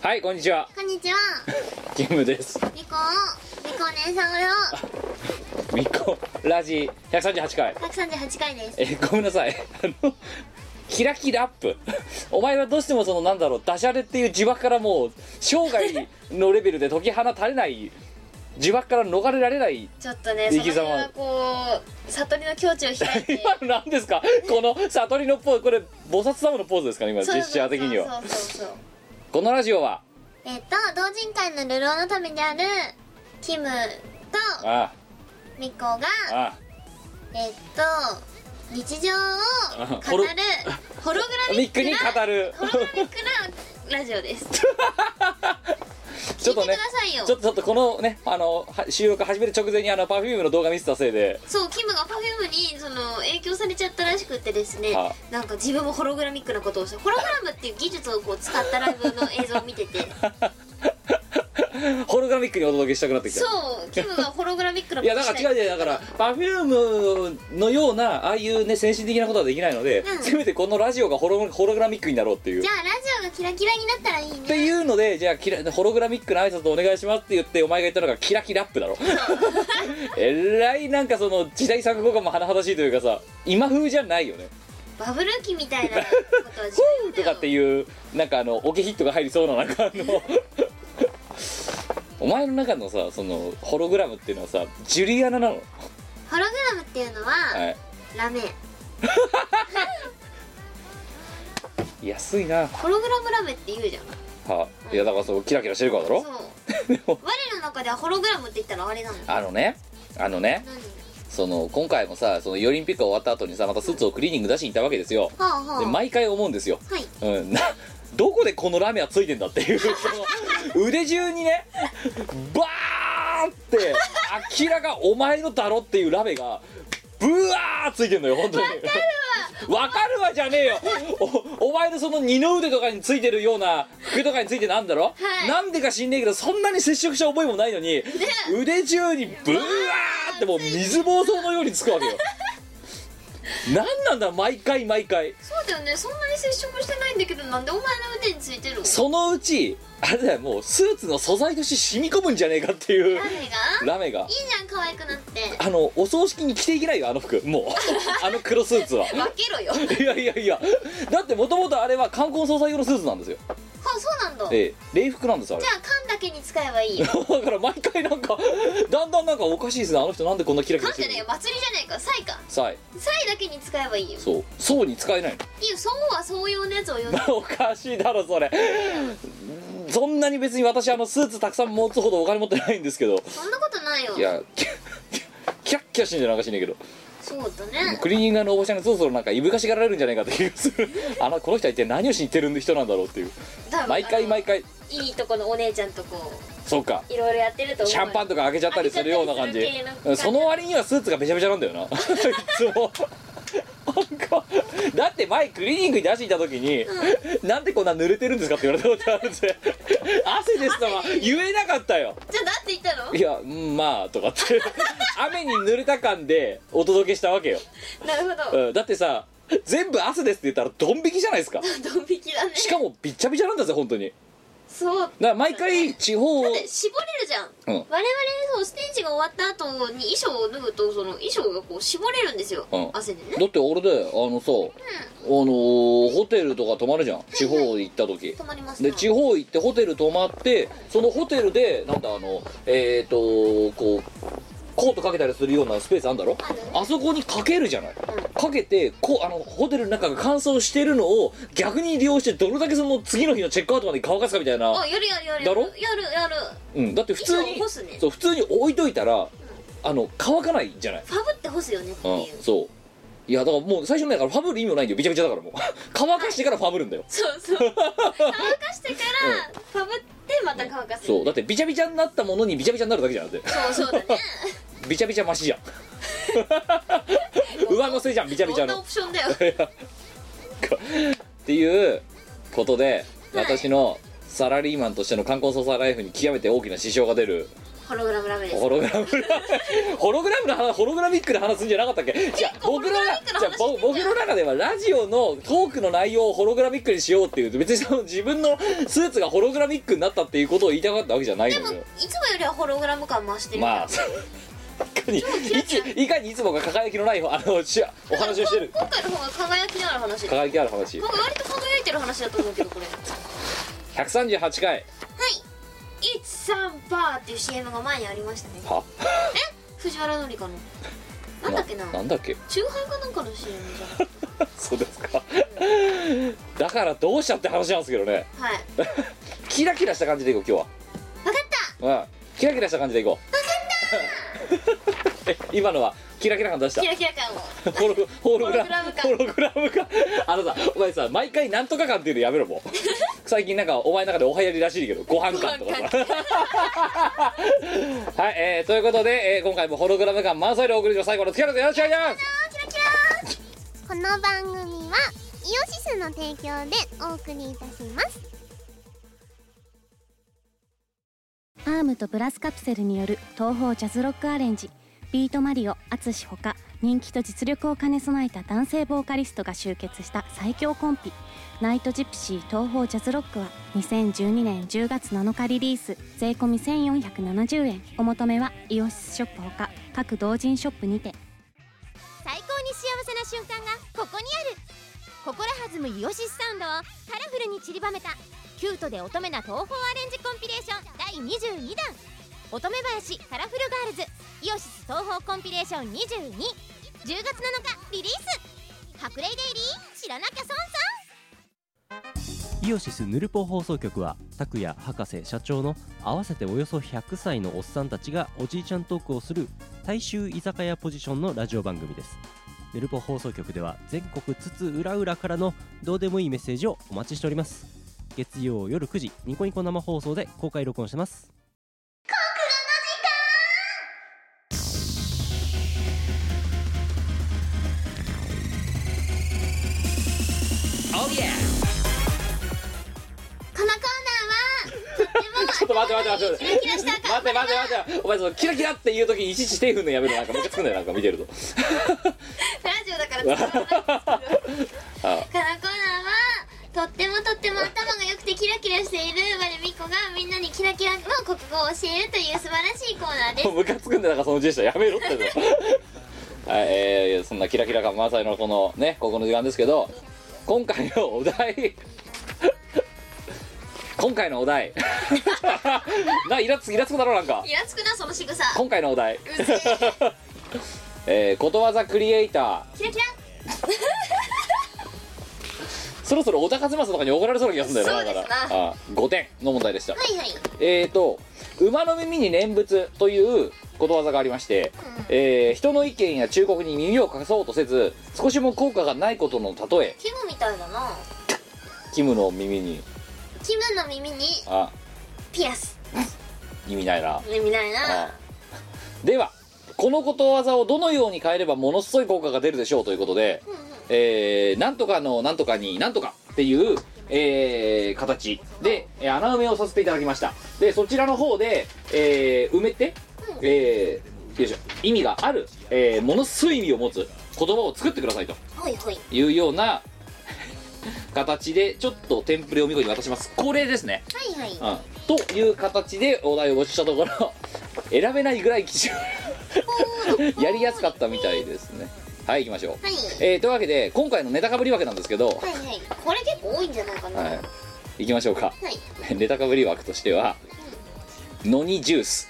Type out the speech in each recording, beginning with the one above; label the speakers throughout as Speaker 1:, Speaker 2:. Speaker 1: はいこんにちは
Speaker 2: こんにちは。
Speaker 1: キムです
Speaker 2: みこを、みこお姉さん俺を、
Speaker 1: みっこラジ138回
Speaker 2: 138回です。
Speaker 1: えごめんなさいあのキラキラアップお前はどうしてもそのなんだろうダジャレっていう呪縛からもう生涯のレベルで解き放たれない呪縛から逃れられない
Speaker 2: ちょっとね、そ
Speaker 1: 生
Speaker 2: の
Speaker 1: き
Speaker 2: 辺
Speaker 1: 様
Speaker 2: はこう、悟りの境地を開いて。
Speaker 1: 今の何ですかこの悟りのポーズこれ菩薩様のポーズですかね今
Speaker 2: そ
Speaker 1: ジ
Speaker 2: うそ
Speaker 1: ェ
Speaker 2: う
Speaker 1: スチャー的には
Speaker 2: そうそうそうそう。
Speaker 1: このラジオは
Speaker 2: えっと、同人会のルローのためにある、キムと
Speaker 1: あ
Speaker 2: みこが、
Speaker 1: ああ
Speaker 2: えっと、日常を
Speaker 1: あ
Speaker 2: 語る、ホロ
Speaker 1: あ
Speaker 2: グラ
Speaker 1: ミ
Speaker 2: ミッ
Speaker 1: ック
Speaker 2: ク
Speaker 1: に
Speaker 2: な、
Speaker 1: 語る
Speaker 2: ホログラミックなラジオです。
Speaker 1: ちょっと
Speaker 2: 聞い
Speaker 1: ね
Speaker 2: てくださいよ
Speaker 1: ちょっとちょっとこのねあのは収録始める直前にあの Perfume の動画見せたせいで
Speaker 2: そうキムが Perfume にその影響されちゃったらしくってですね
Speaker 1: は
Speaker 2: なんか自分もホログラミックなことをしてホログラムっていう技術をこう使ったライブの映像を見てて
Speaker 1: ホログラミックにお届けしたくなってきた
Speaker 2: そうキムがホログラミックなこ
Speaker 1: い
Speaker 2: と
Speaker 1: やだから違う
Speaker 2: う
Speaker 1: 違うだからパフュームのようなああいうね先進的なことはできないので、
Speaker 2: うん
Speaker 1: せめてこのラジオがホロホログラミックになろうっていう
Speaker 2: じゃあラジオがキラキラになったらいいね
Speaker 1: っていうのでじゃあキラホログラミックの挨拶お願いしますって言ってお前が言ったのがキラキラップだろ えらいなんかその時代錯誤感も甚だしいというかさ今風じゃないよね
Speaker 2: バブル期みたいなことは自由だ
Speaker 1: と
Speaker 2: よ
Speaker 1: かっていうなんかあのオケヒットが入りそうななんかあ のお前の中のさそのホログラムっていうのはさジュリアナなの
Speaker 2: ホログラムっていうのは、
Speaker 1: はい
Speaker 2: ラメ
Speaker 1: 安いな
Speaker 2: ホログラムラメって言うじゃん
Speaker 1: はいやだからそうキラキラしてるからだろ
Speaker 2: そう
Speaker 1: でも
Speaker 2: 我の中ではホログラムって言ったらあれなの
Speaker 1: あのねあのね
Speaker 2: 何
Speaker 1: その今回もさそのオリンピックが終わった後にさまたスーツをクリーニング出しに行ったわけですよ
Speaker 2: はあはあ
Speaker 1: で
Speaker 2: はい
Speaker 1: 毎回思うんですよ、うん、などこでこのラメはついてんだっていうその腕中にねバーンって明らかお前のだろっていうラメがブワーついてんのよ本当にわかるわじゃねえよおお前のその二の腕とかについてるような服とかについてなんだろ、
Speaker 2: はい
Speaker 1: なんでか知んねえけどそんなに接触した覚えもないのに、腕中にブワーってもう水暴走のようにつくわけよなんなんだ毎回毎回
Speaker 2: そうだよねそんなに接触してないんだけどなんでお前の腕についてるの
Speaker 1: そのうちあれだよもうスーツの素材として染み込むんじゃねえかっていう
Speaker 2: ラメが
Speaker 1: ラメが
Speaker 2: いいじゃん可愛くなって
Speaker 1: あのお葬式に着ていけないよあの服もう あの黒スーツは
Speaker 2: 分けろよはい
Speaker 1: やいやいやだってもともとあれは冠婚葬祭用のスーツなんですよ
Speaker 2: そうなんだじゃ
Speaker 1: ええ礼服なんですあれ
Speaker 2: あ缶だけに使えばいいよ
Speaker 1: だから毎回なんかだんだんなんかおかしいですねあの人なんでこんなキラキ
Speaker 2: 缶
Speaker 1: ラし
Speaker 2: じ
Speaker 1: て
Speaker 2: ゃね
Speaker 1: る
Speaker 2: えよ祭りじゃねえかサイか
Speaker 1: さい
Speaker 2: サイだけに使えばいいよ
Speaker 1: そうそうに使えない
Speaker 2: いいよそうはそう用のやつを呼んで
Speaker 1: のおかしいだろそれそんなに別に私あのスーツたくさん持つほどお金持ってないんですけど
Speaker 2: そんなことないよ
Speaker 1: いやキャキャッキャしてんじゃなんかしねえけど
Speaker 2: そうだね
Speaker 1: クリーニング屋のおばちゃんがそろそろなんかいぶかしがられるんじゃないかって気がするあのこの人は一体何を知ってる人なんだろうっていう
Speaker 2: 多分
Speaker 1: 毎回毎回
Speaker 2: あのいいとこのお姉ちゃんとこ
Speaker 1: そうか
Speaker 2: ういろいろやってると思う
Speaker 1: シャンパン
Speaker 2: と
Speaker 1: とか開けちゃったりするような感じ
Speaker 2: 開けちゃったりする系の
Speaker 1: その割にはスーツがべちゃべちゃなんだよないつもなんかだって前クリーニングに出していた時に、なんでこんな濡れてるんですかって言われたことあるんで汗ですとは言えなかったよ
Speaker 2: じゃあだって言ったの
Speaker 1: いやうんまあとかって雨に濡れた感でお届けしたわけよ、
Speaker 2: なるほど
Speaker 1: うん、だってさ全部汗ですって言ったらドン引きじゃないですか
Speaker 2: ドン引きだね
Speaker 1: しかもびっちゃびちゃなんだぜ本当にだか
Speaker 2: そう
Speaker 1: ら毎回地方を
Speaker 2: だって絞れるじゃん、
Speaker 1: うん
Speaker 2: 我々そうステージが終わった後に衣装を脱ぐとその衣装がこう絞れるんですよ、
Speaker 1: うん
Speaker 2: 汗でね
Speaker 1: だって俺であのさ、あのーホテルとか泊まるじゃん地方行った時
Speaker 2: 止まりますね
Speaker 1: で地方行ってホテル泊まってそのホテルでなんだあのえっ、とこうコートかけたりするようなスペースあんだろ
Speaker 2: ある
Speaker 1: あそこにかけるじゃない
Speaker 2: ん
Speaker 1: かけてこうあのホテルの中が乾燥してるのを逆に利用してどれだけその次の日のチェックアウトまで乾かすかみたいな
Speaker 2: あやるやるやる
Speaker 1: だろ
Speaker 2: やるやる
Speaker 1: うん、だって普通
Speaker 2: 衣
Speaker 1: に
Speaker 2: 装を干すね
Speaker 1: そう普通に置いといたら、あの乾かないじゃない、
Speaker 2: ファブって干すよねって
Speaker 1: う
Speaker 2: いう、
Speaker 1: ん、そういやだからもう最初のだからファブる意味もないんだよびちゃびちゃだからもう 乾かしてからファブるんだよ、
Speaker 2: そうそう乾かしてからファブってまた乾かす
Speaker 1: そうだってびちゃびちゃになったものにびちゃびちゃになるだけじゃなくて
Speaker 2: そうそう だね
Speaker 1: びちゃびちゃマ シじゃん上乗せじゃんびちゃびち
Speaker 2: ど
Speaker 1: ゃ
Speaker 2: んな
Speaker 1: の
Speaker 2: オプションだよ
Speaker 1: っていうことで、
Speaker 2: はい
Speaker 1: 私のサラリーマンとしての観光捜査ライフに極めて大きな支障が出る
Speaker 2: ホログラムラメです
Speaker 1: ホログラムホログラムの話ホログラミックな話すんじゃなかったっけじゃあ
Speaker 2: 構ホログラミックな話
Speaker 1: 僕のじゃあぼ僕の中ではラジオのトークの内容をホログラミックにしようっていう別にその自分のスーツがホログラミックになったっていうことを言いたかったわけじゃない
Speaker 2: で
Speaker 1: の
Speaker 2: もい
Speaker 1: で
Speaker 2: つもよりはホログラム感増してる
Speaker 1: まあそうい かにいついかにいつもが輝きのないあのしお話をしてる
Speaker 2: 今回の方が輝きのある話です
Speaker 1: 輝きある話
Speaker 2: 僕割と輝いてる話だと思うけどこれは
Speaker 1: 138回
Speaker 2: い「It's Sun Bar」っていう CM が前にありましたね
Speaker 1: は
Speaker 2: 藤原紀香のなんだっけな
Speaker 1: なんだっけ
Speaker 2: チューハイかなんかの CM じゃな
Speaker 1: そうですかだからどうしたって話なんですけどね
Speaker 2: いはい
Speaker 1: キラキラした感じでいこう今日は
Speaker 2: 分かった
Speaker 1: うんキラキラした感じでいこうえ今のはキラキラ感出した
Speaker 2: キラキラ感を
Speaker 1: ホログホログラムホ
Speaker 2: ホ
Speaker 1: ログラムかあのさお前さ毎回なんとか感っていうのやめろも う最近なんかお前の中でおはやりらしいけどご飯感とか
Speaker 2: ご飯
Speaker 1: さはい、えーということで、えー今回もホログラム感満載でお送りします最後の月原でよろしくお願いします
Speaker 3: この番組はイオシスの提供でお送りいたします
Speaker 4: アームとブラスカプセルによる東方ジャズロックアレンジビートマリオ淳ほか人気と実力を兼ね備えた男性ボーカリストが集結した最強コンビナイトジプシー東方ジャズロックは2012年10月7日リリース税込1470円お求めはイオシスショップほか各同人ショップにて
Speaker 3: 最高に幸せな瞬間がここにある心弾むイオシスサウンドをカラフルに散りばめたキュートで乙女な東宝アレンジコンピレーション第22弾乙女林カラフルガールズイオシス東宝コンピレーション221月7日リリース白麗デイリー知らなきゃ損さん
Speaker 5: イオシスヌルポ放送局は拓也博士社長の合わせておよそ100歳のおっさんたちがおじいちゃんトークをする大衆居酒屋ポジションのラジオ番組ですヌルポ放送局では全国津々浦々からのどうでもいいメッセージをお待ちしております月曜夜9時ニコニコ生放送で公開録音してます
Speaker 2: このコーナーは
Speaker 1: ちょっと待って待って待って
Speaker 2: キラキラした
Speaker 1: 待って待って待ってお前そのキラキラっていう時にいちいち手振るのやめろなんかめっちゃつくんだよなんか見てると
Speaker 2: ラジオだから伝わらないんですけどこのコーナーはとってもとっても頭が良くてキラキラしている我ルミコがみんなにキラキラの国語を教えるという素晴らしいコーナーです
Speaker 1: もうムカつくんだよなんかそのジェスチャーや めろってのはいえー、そんなキラキラ感満載のこのねここの時間ですけど今回のお題 今回のお 題なイラつくイラつくだろなんか
Speaker 2: イラつくなその仕草
Speaker 1: 今回のお題
Speaker 2: うぜえ
Speaker 1: えー、ことわざクリエイター
Speaker 2: キラキラ
Speaker 1: そろそろ小田和正とかに怒られそうな気がするんだよ
Speaker 2: そ
Speaker 1: な
Speaker 2: うですな
Speaker 1: だからあ5点の問題でした
Speaker 2: はいはい
Speaker 1: えーと馬の耳に念仏ということわざがありまして、えー人の意見や忠告に耳を貸そうとせず少しも効果がないことの例え
Speaker 2: キムみたいだな
Speaker 1: キムの耳に
Speaker 2: キムの耳に
Speaker 1: あ
Speaker 2: ピアス
Speaker 1: 意味ないな
Speaker 2: ねみないな
Speaker 1: あではこのことわざをどのように変えればものすごい効果が出るでしょうということで、
Speaker 2: うんうん
Speaker 1: えーなんとかのなんとかになんとかっていう、えー形でえー穴埋めをさせていただきましたでそちらの方で、えー埋めて、えーよいしょ意味がある、えーものすごい意味を持つ言葉を作ってくださいと
Speaker 2: ほいほい
Speaker 1: いうような形でちょっとテンプレを見事に渡しますこれですね
Speaker 2: はいはい
Speaker 1: うん、という形でお題を募集したところ選べないぐらい基準やりやすかったみたいですねはい行きましょう、
Speaker 2: はい
Speaker 1: えーというわけで今回のネタかぶり枠なんですけど、
Speaker 2: はいはいこれ結構多いんじゃないかなは
Speaker 1: はいい行きましょうかネタかぶり枠としては「のにジュース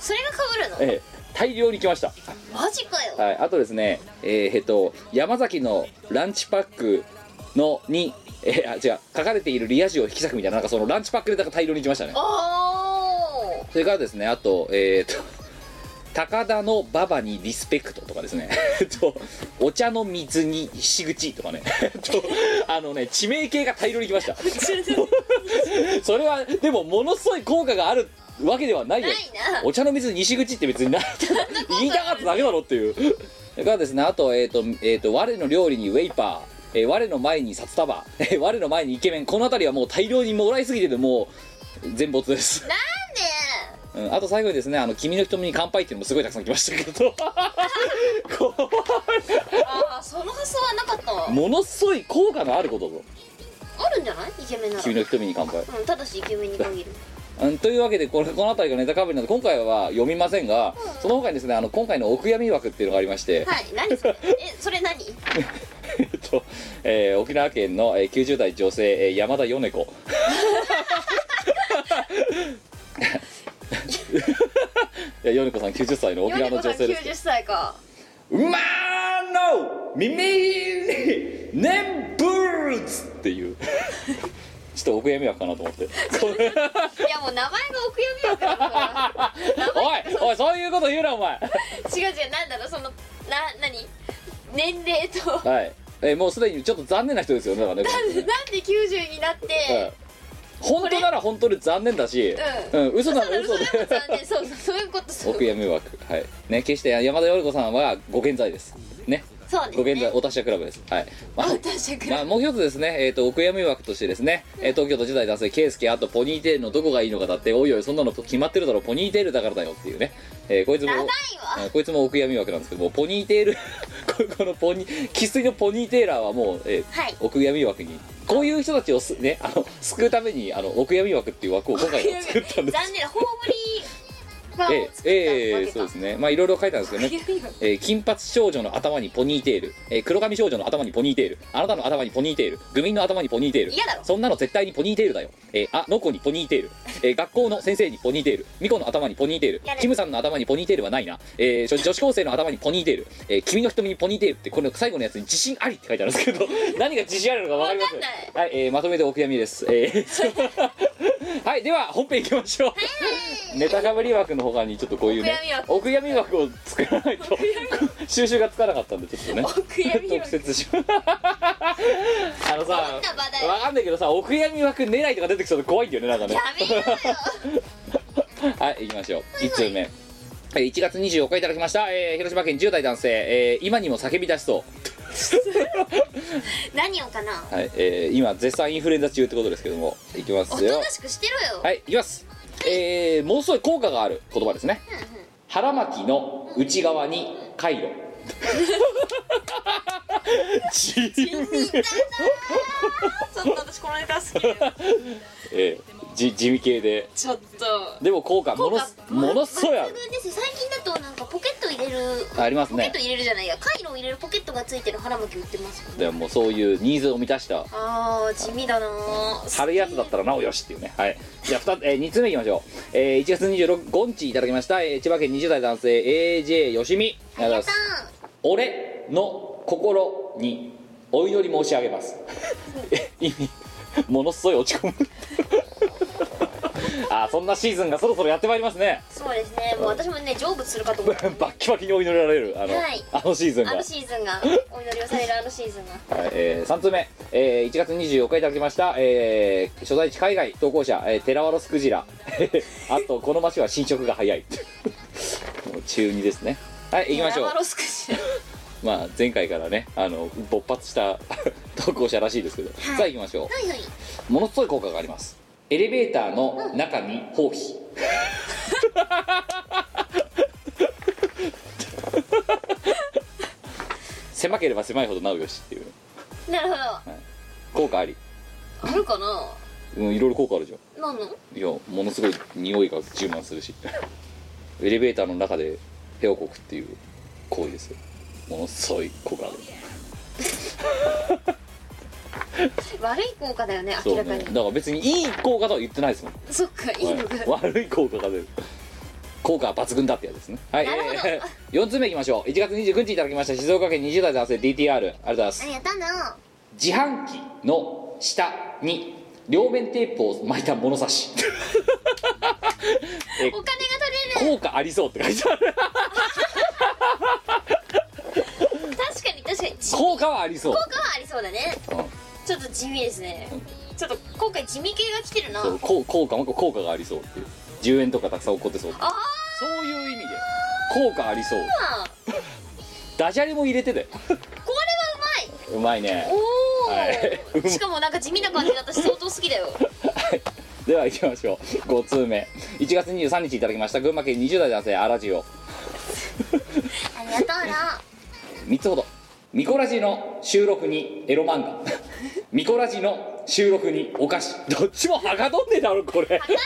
Speaker 2: それがかぶる」の
Speaker 1: えー大量に来ました、
Speaker 2: マジかよ
Speaker 1: はい、あとですねえーえっと山崎のランチパックのにえーあ違う書かれているリア充を引き裂くみたいななんかそのランチパックネタが大量に来ましたね
Speaker 2: おー
Speaker 1: それからですねあとえっ、と 高田の馬場にリスペクトとかですね えっとお茶の水に石口とかね えっとあのね地名系が大量に来ま したそれはでもものすごい効果があるわけではないよ
Speaker 2: ないな
Speaker 1: お茶の水に石口って別にな言いたかっただけだろっていうそれからですねあとえっ、とえっ、と我の料理にウェイパーえー我の前に札束、えー我の前にイケメンこの辺りはもう大量にもらいすぎててもう全没ですうん、あと最後にですね「あの君の瞳に乾杯」っていうのもすごいたくさん来ましたけど こ
Speaker 2: ああその発想はなかった
Speaker 1: う
Speaker 2: わ
Speaker 1: ものすごい効果のあることぞ
Speaker 2: あるんじゃないイケメンな
Speaker 1: 「
Speaker 2: ら
Speaker 1: 君の瞳に乾杯
Speaker 2: うんただしイケメンに 限る」
Speaker 1: うん、というわけでこれこの辺りがネタかぶりなので今回は読みませんが、その他にですねあの今回のお悔やみ枠っていうのがありまして、
Speaker 2: はい何それえそれ何
Speaker 1: えっとえー沖縄県の、えー90代女性、えー山田 米子 いや米子さん90歳の沖縄の女性です
Speaker 2: 90歳か
Speaker 1: 馬の耳に念仏っていう ちょっとお悔やみ枠かなと思 って
Speaker 2: いやもう名前が奥読みやからさ
Speaker 1: おいおいそういうこと言うなお前
Speaker 2: 違う違うなんだろうそのな何年齢と なん
Speaker 1: はい、えーもうすでにちょっと残念な人ですよねだからねこの人
Speaker 2: で
Speaker 1: ね
Speaker 2: 90になっ
Speaker 1: はい
Speaker 2: て
Speaker 1: 本当なら本当で残念だし、
Speaker 2: う
Speaker 1: うん、
Speaker 2: そ
Speaker 1: 嘘
Speaker 2: う
Speaker 1: な
Speaker 2: な
Speaker 1: ら
Speaker 2: の
Speaker 1: 嘘
Speaker 2: そ
Speaker 1: で
Speaker 2: れも残念そうそうそういうことそ
Speaker 1: お
Speaker 2: う
Speaker 1: 悔やみ枠はいね決して山田より子さんはご健在ですね
Speaker 2: そうです
Speaker 1: ご健在
Speaker 2: ね
Speaker 1: お達者クラブですはい、まあ
Speaker 2: 私はく
Speaker 1: ま
Speaker 2: ら
Speaker 1: あ、
Speaker 2: い
Speaker 1: もう一つですね、えー、とお悔やみ枠としてですね、えー東京都時代男性圭介あとポニーテールのどこがいいのかだっておいおいそんなの決まってるだろポニーテールだからだよっていうね、えーこいつも
Speaker 2: 長いわ
Speaker 1: えーこいつもお悔やみ枠なんですけどもポニーテール ここのポニ生粋のポニーテーラーはもう、えー
Speaker 2: はい
Speaker 1: お悔やみ枠にこういう人たちをす、ね、あの救うためにあのお悔やみ枠っていう枠を今回は作ったんです
Speaker 2: 残念な葬り場を作ったわけか、
Speaker 1: ええええそうですねまあいろいろ書いたんですけどねえー金髪少女の頭にポニーテール、えー黒髪少女の頭にポニーテールあなたの頭にポニーテール愚民の頭にポニーテール
Speaker 2: 嫌だろ
Speaker 1: そんなの絶対にポニーテールだよ、えーあの子にポニーテール、えー学校の先生にポニーテールミコの頭にポニーテール
Speaker 2: やだ
Speaker 1: キムさんの頭にポニーテールはないな、えー女女子高生の頭にポニーテール、えー君の瞳にポニーテールってこれの最後のやつに自信ありって書いてあるんですけど何が自信あるのか分かりません
Speaker 2: わかん
Speaker 1: はい、えーまとめてお悔やみです、えーはいでは本編いきましょう ネタかぶり枠のほかにちょっとこういうねお悔やみ枠を作らないと収集がつかなかったんでちょっとね
Speaker 2: お悔やみ
Speaker 1: 特
Speaker 2: 枠
Speaker 1: 設しあのさ
Speaker 2: どんな話題
Speaker 1: わかんないけどさお悔やみ枠狙いとか出てきそうで怖いんだよねなんかね
Speaker 2: やめろよ
Speaker 1: はい行きましょう1通目えー1月24日いただきました、えー広島県10代男性、えー今にも叫び出しそ
Speaker 2: 何をかな
Speaker 1: う、はいえー今絶賛インフルエンザ中ってことですけどもいきま
Speaker 2: お
Speaker 1: すよ
Speaker 2: となしくしてろよ、
Speaker 1: はいいきますえー、ものすごい効果がある言葉ですね
Speaker 2: うんうん
Speaker 1: 腹巻きの内側に回路地味、
Speaker 2: そんな私このネタ好きで
Speaker 1: えーじ地味系で
Speaker 2: ちょっと
Speaker 1: でも効果ものすものすごいあ
Speaker 2: 抜
Speaker 1: る
Speaker 2: 群ですよ最近だとなんかポケット入れる
Speaker 1: あります
Speaker 2: ポケッ
Speaker 1: ね
Speaker 2: ト入れるじゃないやカイロを入れるポケットがついてる腹巻き売ってますよね
Speaker 1: でももうそういうニーズを満たした
Speaker 2: あー地味だなー
Speaker 1: 春やつだったらなおよしっていうねはいじゃあ 2,、えー、2つ目いきましょう、えー、1月26日いただきました、えー千葉県20代男性 AJ よしみありがとうございます俺の心にお祈り申し上げます 意味ものすごい落ち込む あーそんなシーズンがそろそろやってまいりますね
Speaker 2: そうですねもう私もね成仏するかと思った
Speaker 1: バッキバキにお祈りられるあの,、
Speaker 2: はい
Speaker 1: あのシーズンが
Speaker 2: あのシーズンがお祈りをされるあのシーズンが
Speaker 1: はいえー3通目、えー1月24日いただきました、えー所在地海外投稿者、えー、テラワロスクジラ あとこの町は進捗が早い もう中2ですねはい行きましょ
Speaker 2: ラ
Speaker 1: う
Speaker 2: バロスクジラ
Speaker 1: まあ前回からねあの勃発した 投稿者らしいですけど、さあ行きましょ
Speaker 2: 何何
Speaker 1: うものすごい効果がありますエレベーターの中に放棄、 狭ければ狭いほどなおよしっていう
Speaker 2: なるほ
Speaker 1: 効果あり
Speaker 2: どあるかな
Speaker 1: うん、いろいろ効果あるじゃ
Speaker 2: 何の
Speaker 1: んいやものすごい匂いが充満するし エレベーターの中で手をこくっていう行為ですよものすごい効果ある
Speaker 2: 悪い効果だよね
Speaker 1: そ
Speaker 2: 明
Speaker 1: う
Speaker 2: ら
Speaker 1: ね
Speaker 2: かに
Speaker 1: だから別にいい効果とは言ってないですもん
Speaker 2: そっかいいのか
Speaker 1: はい悪い効果が出る効果は抜群だってやつですねはい、
Speaker 2: なるほ ど
Speaker 1: えー、4つ目いきましょう1月29日いただきました静岡県20代男性 DTR ありがとうございます
Speaker 2: 何やったんだろう
Speaker 1: 自販機の下に両面テープを巻いた物 差しえ
Speaker 2: お金が取れる
Speaker 1: 効果ありそうって書いてある
Speaker 2: 確かに確かに地効
Speaker 1: 効果はありそう、
Speaker 2: 果はありそうだね
Speaker 1: う、
Speaker 2: ちょっと地味ですねちょっと今回地味系が来てるなん
Speaker 1: そうこう効果も効果がありそうっていう10円とかたくさん起こってそう
Speaker 2: あ
Speaker 1: そういう意味で効果ありそう
Speaker 2: あ
Speaker 1: ダジャレも入れてて
Speaker 2: これはうまいう
Speaker 1: まいね
Speaker 2: お
Speaker 1: はい
Speaker 2: しかもなんか地味な感じで私相当好きだよ
Speaker 1: では行きましょう5通目1月23日いただきました群馬県20代男性アラジオ
Speaker 2: ありがとうな
Speaker 1: 3つほどミコラジの収録にエロ漫画ミコラジの収録にお菓子どっちもはかどんねえだろこれ
Speaker 2: バカな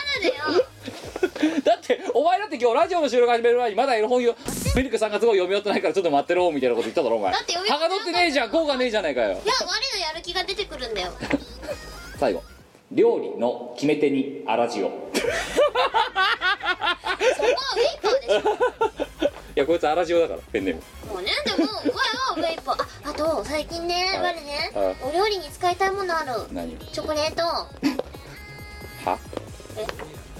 Speaker 2: のよ
Speaker 1: だってお前だって今日ラジオの収録始める前にまだエロ本よフェニック3月号読み終わってないからちょっと待ってろみたいなこと言っただろお前
Speaker 2: だって読み終
Speaker 1: は
Speaker 2: わっ
Speaker 1: か
Speaker 2: てなか
Speaker 1: どっ
Speaker 2: った
Speaker 1: てねえじゃんこうがねえじゃないかよ
Speaker 2: いや我のやる気が出てくるんだよ
Speaker 1: 最後料理の決め手にアラジオい
Speaker 2: そこはウェイパーでしょ
Speaker 1: やこいつアラジオだからペンネーム
Speaker 2: もうねでも我はウェイパーああと最近ね
Speaker 1: はい
Speaker 2: 我ね
Speaker 1: はい
Speaker 2: お料理に使いたいものある
Speaker 1: 何
Speaker 2: チョコレート
Speaker 1: は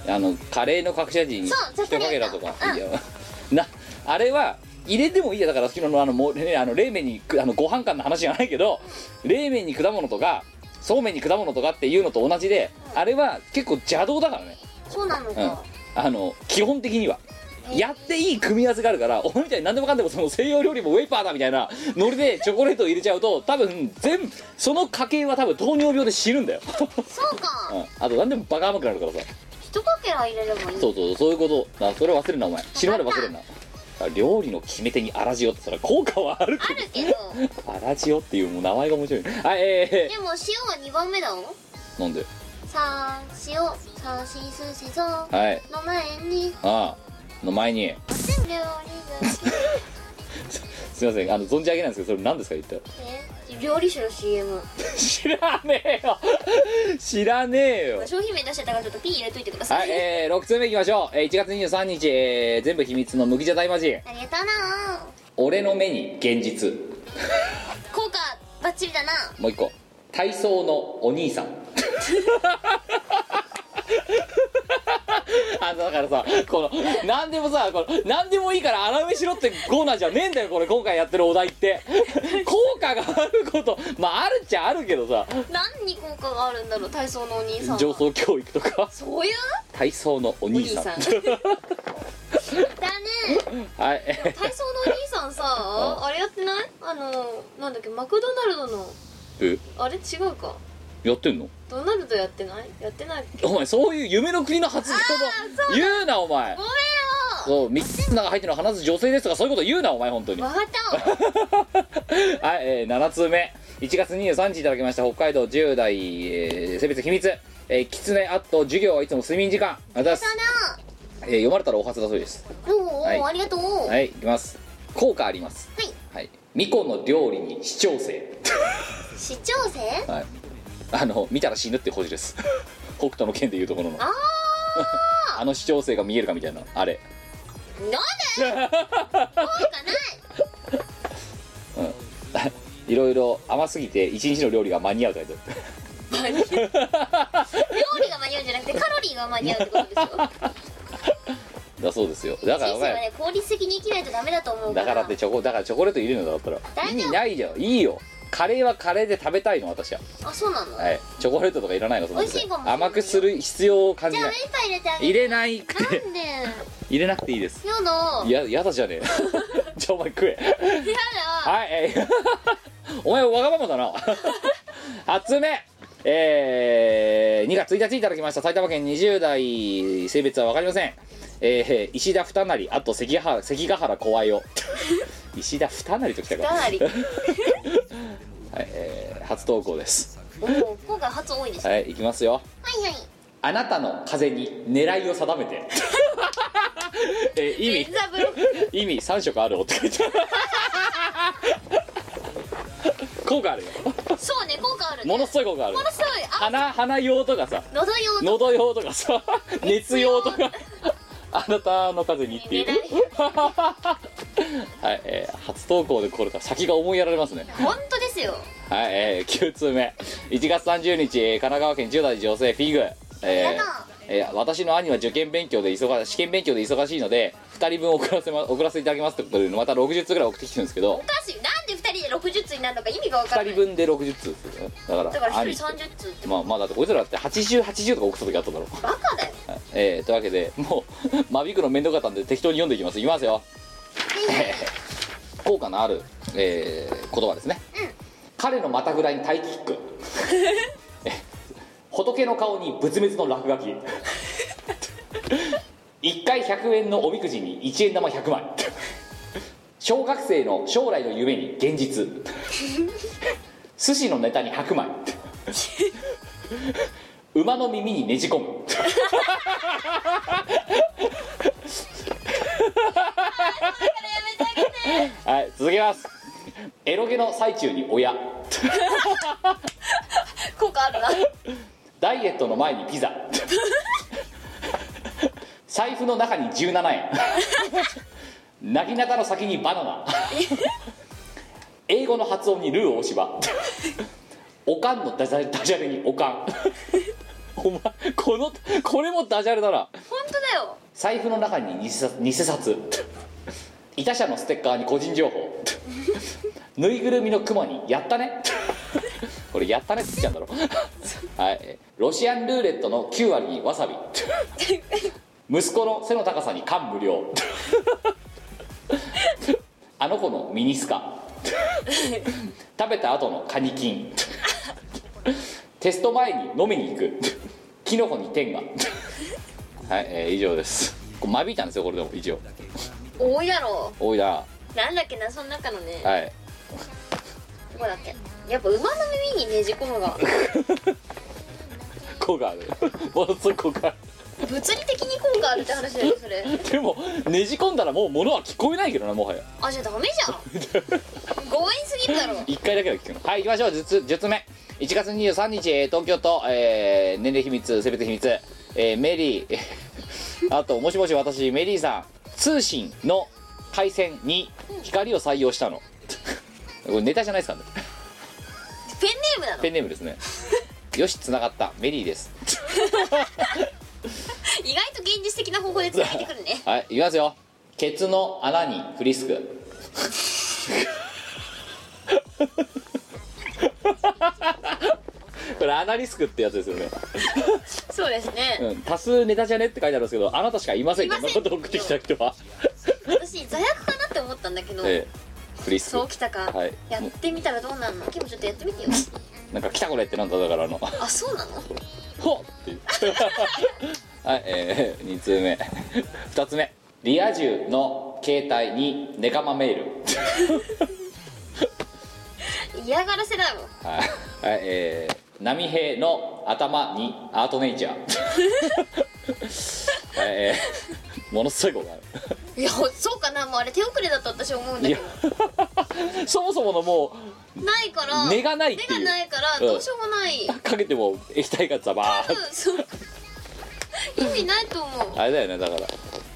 Speaker 1: あのカレーの隠し味に
Speaker 2: そう
Speaker 1: 一かけらとか
Speaker 2: うん
Speaker 1: いや なあれは入れてもいいやだから昨日のあのもう、ね、あの冷麺にくあのご飯感の話じゃないけど冷麺に果物とかそうめんに果物とかっていうのと同じであれは結構邪道だからね
Speaker 2: そうなのか
Speaker 1: あの基本的には
Speaker 2: えー
Speaker 1: やっていい組み合わせがあるからお前みたいに何でもかんでもその西洋料理もウェイパーだみたいなノリでチョコレートを入れちゃうと多分全部その家系は多分糖尿病で死ぬんだよ、
Speaker 2: そう
Speaker 1: う
Speaker 2: か
Speaker 1: ん、あと何でもバカ甘くなるからさ
Speaker 2: 一かけら入れればいい
Speaker 1: そうそうそういうことあそれ忘れるなお前死ぬまで忘れるなあ料理の決め手にアラジオって言ったら効果はある
Speaker 2: あるけど
Speaker 1: けどアラジオっていうもう名前が面白いねはいえ
Speaker 2: でも塩は2番目だよ
Speaker 1: ー、なんで
Speaker 2: さあ塩さあしすせそ
Speaker 1: はい
Speaker 2: の前に
Speaker 1: ああの前に
Speaker 2: 料理が好き
Speaker 1: すいませんあの存じ上げないんですけどそれ何ですか言ったら
Speaker 2: で料理酒の CM
Speaker 1: 知らねえよ知らねえよ
Speaker 2: 商品名出しちゃったからちょっと P 入れといてくださ、
Speaker 1: はいい、えー、6通目いきましょう、えー、1月23日、えー全部秘密の麦茶大魔人
Speaker 2: ありがとうな
Speaker 1: 俺の目に現実
Speaker 2: 効果バッチリだな
Speaker 1: もう一個体操のお兄さん あのだからさこの何でもさこの何でもいいから穴埋めしろってコーナーじゃねえんだよこれ今回やってるお題って効果があることまああるっちゃあるけどさ
Speaker 2: 何に効果があるんだろう体操のお兄さんは
Speaker 1: 上層教育とか
Speaker 2: そういう
Speaker 1: 体操のお兄さん
Speaker 2: お兄さだね
Speaker 1: はいえ
Speaker 2: 体操のお兄さんさ
Speaker 1: ん
Speaker 2: あれやってないあのなんだっけマクドナルドの
Speaker 1: ー
Speaker 2: あれ違うか
Speaker 1: えやってんの
Speaker 2: ドナルドやってないやってない
Speaker 1: お前そういう夢の国の発情の言うなお前
Speaker 2: ごめんよ
Speaker 1: そう三つの中入ってるの話す女性ですとかそういうこと言うなお前本当に
Speaker 2: わ
Speaker 1: はい、
Speaker 2: かった
Speaker 1: えー、7通目1月23日いただきました北海道10代、えー性別秘密えー、キツネアット授業はいつも睡眠時間ありがとうございます、えー、読まれたらお初だそうです
Speaker 2: おお、
Speaker 1: はい
Speaker 2: ありがとうは、
Speaker 1: はいいいきます効果ありますはい巫女の料理に視聴性
Speaker 2: 市長生
Speaker 1: はいあの見たら死ぬっていう保持です 北斗の剣でいうところの
Speaker 2: あ
Speaker 1: あの視聴性が見えるかみたいなあれ
Speaker 2: ーなんで効果ない
Speaker 1: いろいろ甘すぎて一日の料理が間に合うタイトル
Speaker 2: 料理が間に合うんじゃなくてカロリーが間に合うってことで しょ
Speaker 1: だそうですよだから
Speaker 2: 人
Speaker 1: お
Speaker 2: 生は
Speaker 1: 前
Speaker 2: ね効率的に生きないとダメだと思うか
Speaker 1: だ
Speaker 2: ら
Speaker 1: からってチョコだからチョコレート入れるのだったら
Speaker 2: 大
Speaker 1: 意
Speaker 2: 丈夫
Speaker 1: 味ないじゃんいいよカレーはカレーで食べたいの私は、
Speaker 2: あそうなの、
Speaker 1: はい、チョコレートとかいらないのそんなの
Speaker 2: 美味しいかもしれない
Speaker 1: 甘くする必要を感
Speaker 2: じ
Speaker 1: じ
Speaker 2: ゃあ
Speaker 1: ない
Speaker 2: 目いっぱい入れてあげ
Speaker 1: 入
Speaker 2: る
Speaker 1: れないくて
Speaker 2: なんで
Speaker 1: 入れなくていいです
Speaker 2: やだ
Speaker 1: いややだじゃねえ じゃあお前食え
Speaker 2: やだ
Speaker 1: はい、 えーお前わがままだな 8つ目えー、2月1日いただきました埼玉県20代性別は分かりませんえー、石田二成あと関ヶ原関ヶ原怖いよ 石田二成ときたか、
Speaker 2: から
Speaker 1: は
Speaker 2: ないり
Speaker 1: えー初投稿です
Speaker 2: おお今回初多いですは
Speaker 1: はいいきますよ
Speaker 2: いはい
Speaker 1: あなたの風に狙いを定めて えー意味
Speaker 2: 全座ブロック
Speaker 1: 意味3色あるおって書いてある 効果あるよ
Speaker 2: そうね効果あるね
Speaker 1: もの
Speaker 2: す
Speaker 1: すごい効果ある
Speaker 2: ごいものすごいあ
Speaker 1: 鼻鼻用とかさ
Speaker 2: 喉用の
Speaker 1: 喉用と かさ熱用とかあなたの風にっていう
Speaker 2: 狙 い
Speaker 1: はい、えー初投稿でこれから先が思いやられますね
Speaker 2: 本当ですよ
Speaker 1: はい、えー、9通目1月30日えー神奈川県10代女性フィグえ
Speaker 2: ありがとう
Speaker 1: ーえー私の兄は受験勉強で忙し試験勉強で忙しいので2人分送らせ、ま、送らせていただきますってことでまた60通ぐらい送ってきてるんですけど
Speaker 2: おかしいなんで2人で60通になるのか意味が分から
Speaker 1: 2
Speaker 2: ない
Speaker 1: 人分で60通ですよねだから
Speaker 2: だから1
Speaker 1: 兄
Speaker 2: 人30通って
Speaker 1: まあまあだってこいつらだって8080とか送った時あっただろ
Speaker 2: バカだよ
Speaker 1: えー、というわけでもう間引くの面倒かったんで適当に読んでいきますいきますよ、えー効果のある、えー言葉ですね、彼のまたぐらいにタイキックえ仏の顔に仏滅の落書き1回100円のおみくじに1円玉100枚小学生の将来の夢に現実寿司のネタに白米馬の耳にねじ込むはい続けますエロゲの最中に親
Speaker 6: 効果あるな
Speaker 1: ダイエットの前にピザ財布の中に17円なぎなたの先にバナナ英語の発音にルー大芝おかんのダジャレダジャレにおかんお前このこれもダジャレだな
Speaker 2: 本当だよ
Speaker 1: 財布の中に偽札偽札いた社のステッカーに個人情報ぬいぐるみのクマに「やったね」これ「やったね」って言っちゃうんだろはいロシアンルーレットの9割にわさび息子の背の高さに感無量あの子のミニスカ食べた後のカニ金テスト前に飲みに行くキノコに天がはい、えー以上ですこれ間引いたんですよこれでも一応
Speaker 2: 多いだろ
Speaker 1: 多いな
Speaker 2: うなんだっけなその中のね
Speaker 1: はい
Speaker 2: どこだっけやっぱ馬の耳にねじ込むが
Speaker 1: 効果あるものすごい効果あ
Speaker 2: 物理的に効果あるって話だよそれ
Speaker 1: るでもねじ込んだらもう物は聞こえないけどなもはや
Speaker 2: あじゃあダメじゃん強引すぎるだろ
Speaker 1: 1回だけは聞くのはい行きましょう10つ10つ目1月23日えー東京都、えー年齢秘密性別秘密、えーメリー えーあともしもし私メリーさん通信の回線に光を採用したの これネタじゃないですからね
Speaker 2: ペンネームなの
Speaker 1: ペンネームですねよし繋がったメリーです
Speaker 2: 意外と現実的な方法で伝えてくるね
Speaker 1: はいいきますよケツの穴にフリスク これアナリスクってやつですよね、
Speaker 2: そうですね
Speaker 1: うん、多数ネタじゃねって書いてあるんですけどあなたしかいませんこ
Speaker 2: い
Speaker 1: ん
Speaker 2: ま
Speaker 1: な
Speaker 2: せん
Speaker 1: こと送ってきた人は、
Speaker 2: 私座薬かなって思ったんだけど、
Speaker 1: ええ、フリス
Speaker 2: そう
Speaker 1: ク
Speaker 2: きたか、
Speaker 1: はい
Speaker 2: やってみたらどうなんのキムちょっとやってみてよ
Speaker 1: なんか「来たこれ」ってなんだだからあの
Speaker 2: あそうなの
Speaker 1: ほっっていう はいえー、2通目2つ目リア充の携帯にネカマメール
Speaker 2: 嫌がらせだろ
Speaker 1: はい、はいえー、波平の頭にアートネイチャーはい、えー、ものすごいことある
Speaker 2: いやそうかなもうあれ手遅れだと私思うんだ
Speaker 1: い
Speaker 2: け
Speaker 1: や
Speaker 2: ど
Speaker 1: そもそものも
Speaker 2: ないから
Speaker 1: 根がないっていう
Speaker 2: 根がないから
Speaker 1: うん
Speaker 2: どうしようもない、
Speaker 1: うかけても液体がザバー
Speaker 2: 多
Speaker 1: ッ
Speaker 2: 分そう意味ないと思う
Speaker 1: あれだよねだから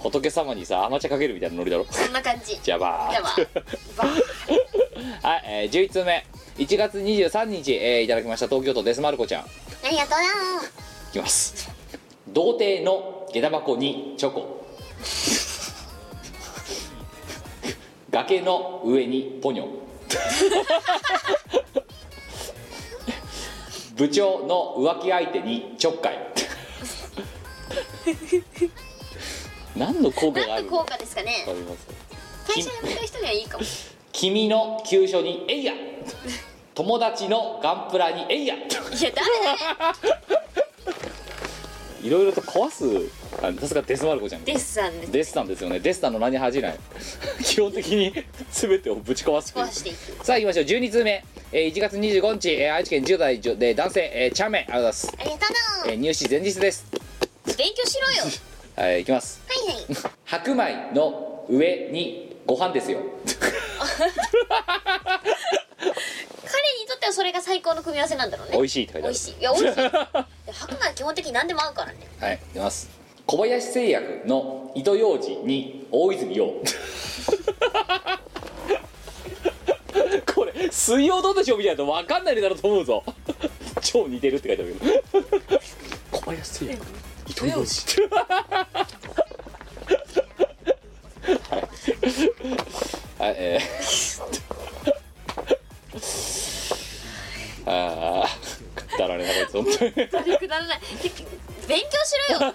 Speaker 1: 仏様にさアマチャかけるみたいなノリだろ
Speaker 2: そんな感じ
Speaker 1: ジャバ
Speaker 2: じゃ
Speaker 1: ー
Speaker 2: あ
Speaker 1: ッはい、えー、11通目1月23日、えー、いただきました東京都デスマルコちゃんい
Speaker 2: ありがとうな
Speaker 1: きます童貞の下駄箱にチョコ崖の上にポニョ部長の浮気相手にちょっかい何の効果があ
Speaker 2: 何
Speaker 1: る
Speaker 2: の効
Speaker 1: のわか
Speaker 2: 果ですかね
Speaker 1: ります
Speaker 2: 会社辞めた人にはいいかも
Speaker 1: 君の急所に「えいや!」友達のガンプラに「えいや!」
Speaker 2: いやダメだね
Speaker 1: いろいろと壊すあさすがデスマルコちゃん
Speaker 2: デッサンで
Speaker 1: デスタンですよねデスタンの名に恥じない 基本的に全てをぶち壊すってい
Speaker 2: 壊
Speaker 1: う
Speaker 2: していく
Speaker 1: さあ行きましょう12通目、えー1月25日、えー愛知県10代女で男性、えー、チャメありがとうございます、
Speaker 2: ありがとう
Speaker 1: え
Speaker 2: な
Speaker 1: ー入試前日です
Speaker 2: 勉強しろよ
Speaker 1: はい行きます
Speaker 2: はいはい
Speaker 1: 白米の上にご飯ですよ
Speaker 2: 彼にとってはそれが最高の組み合わせなんだろうね
Speaker 1: 美味しいって書い
Speaker 2: 美
Speaker 1: てある
Speaker 2: 味しいいや美味しいいや白米は基本的に何でも合うからね
Speaker 1: はい出ます小林製薬の糸ようじに大泉洋 これ「水曜どうでしょう」みたいなの分かんないだろうと思うぞ超似てるって書いてあるけど小林製薬糸ようじ はい、はい、えーああくだらねえなこいつ本当に
Speaker 2: くだらないで勉強しろよ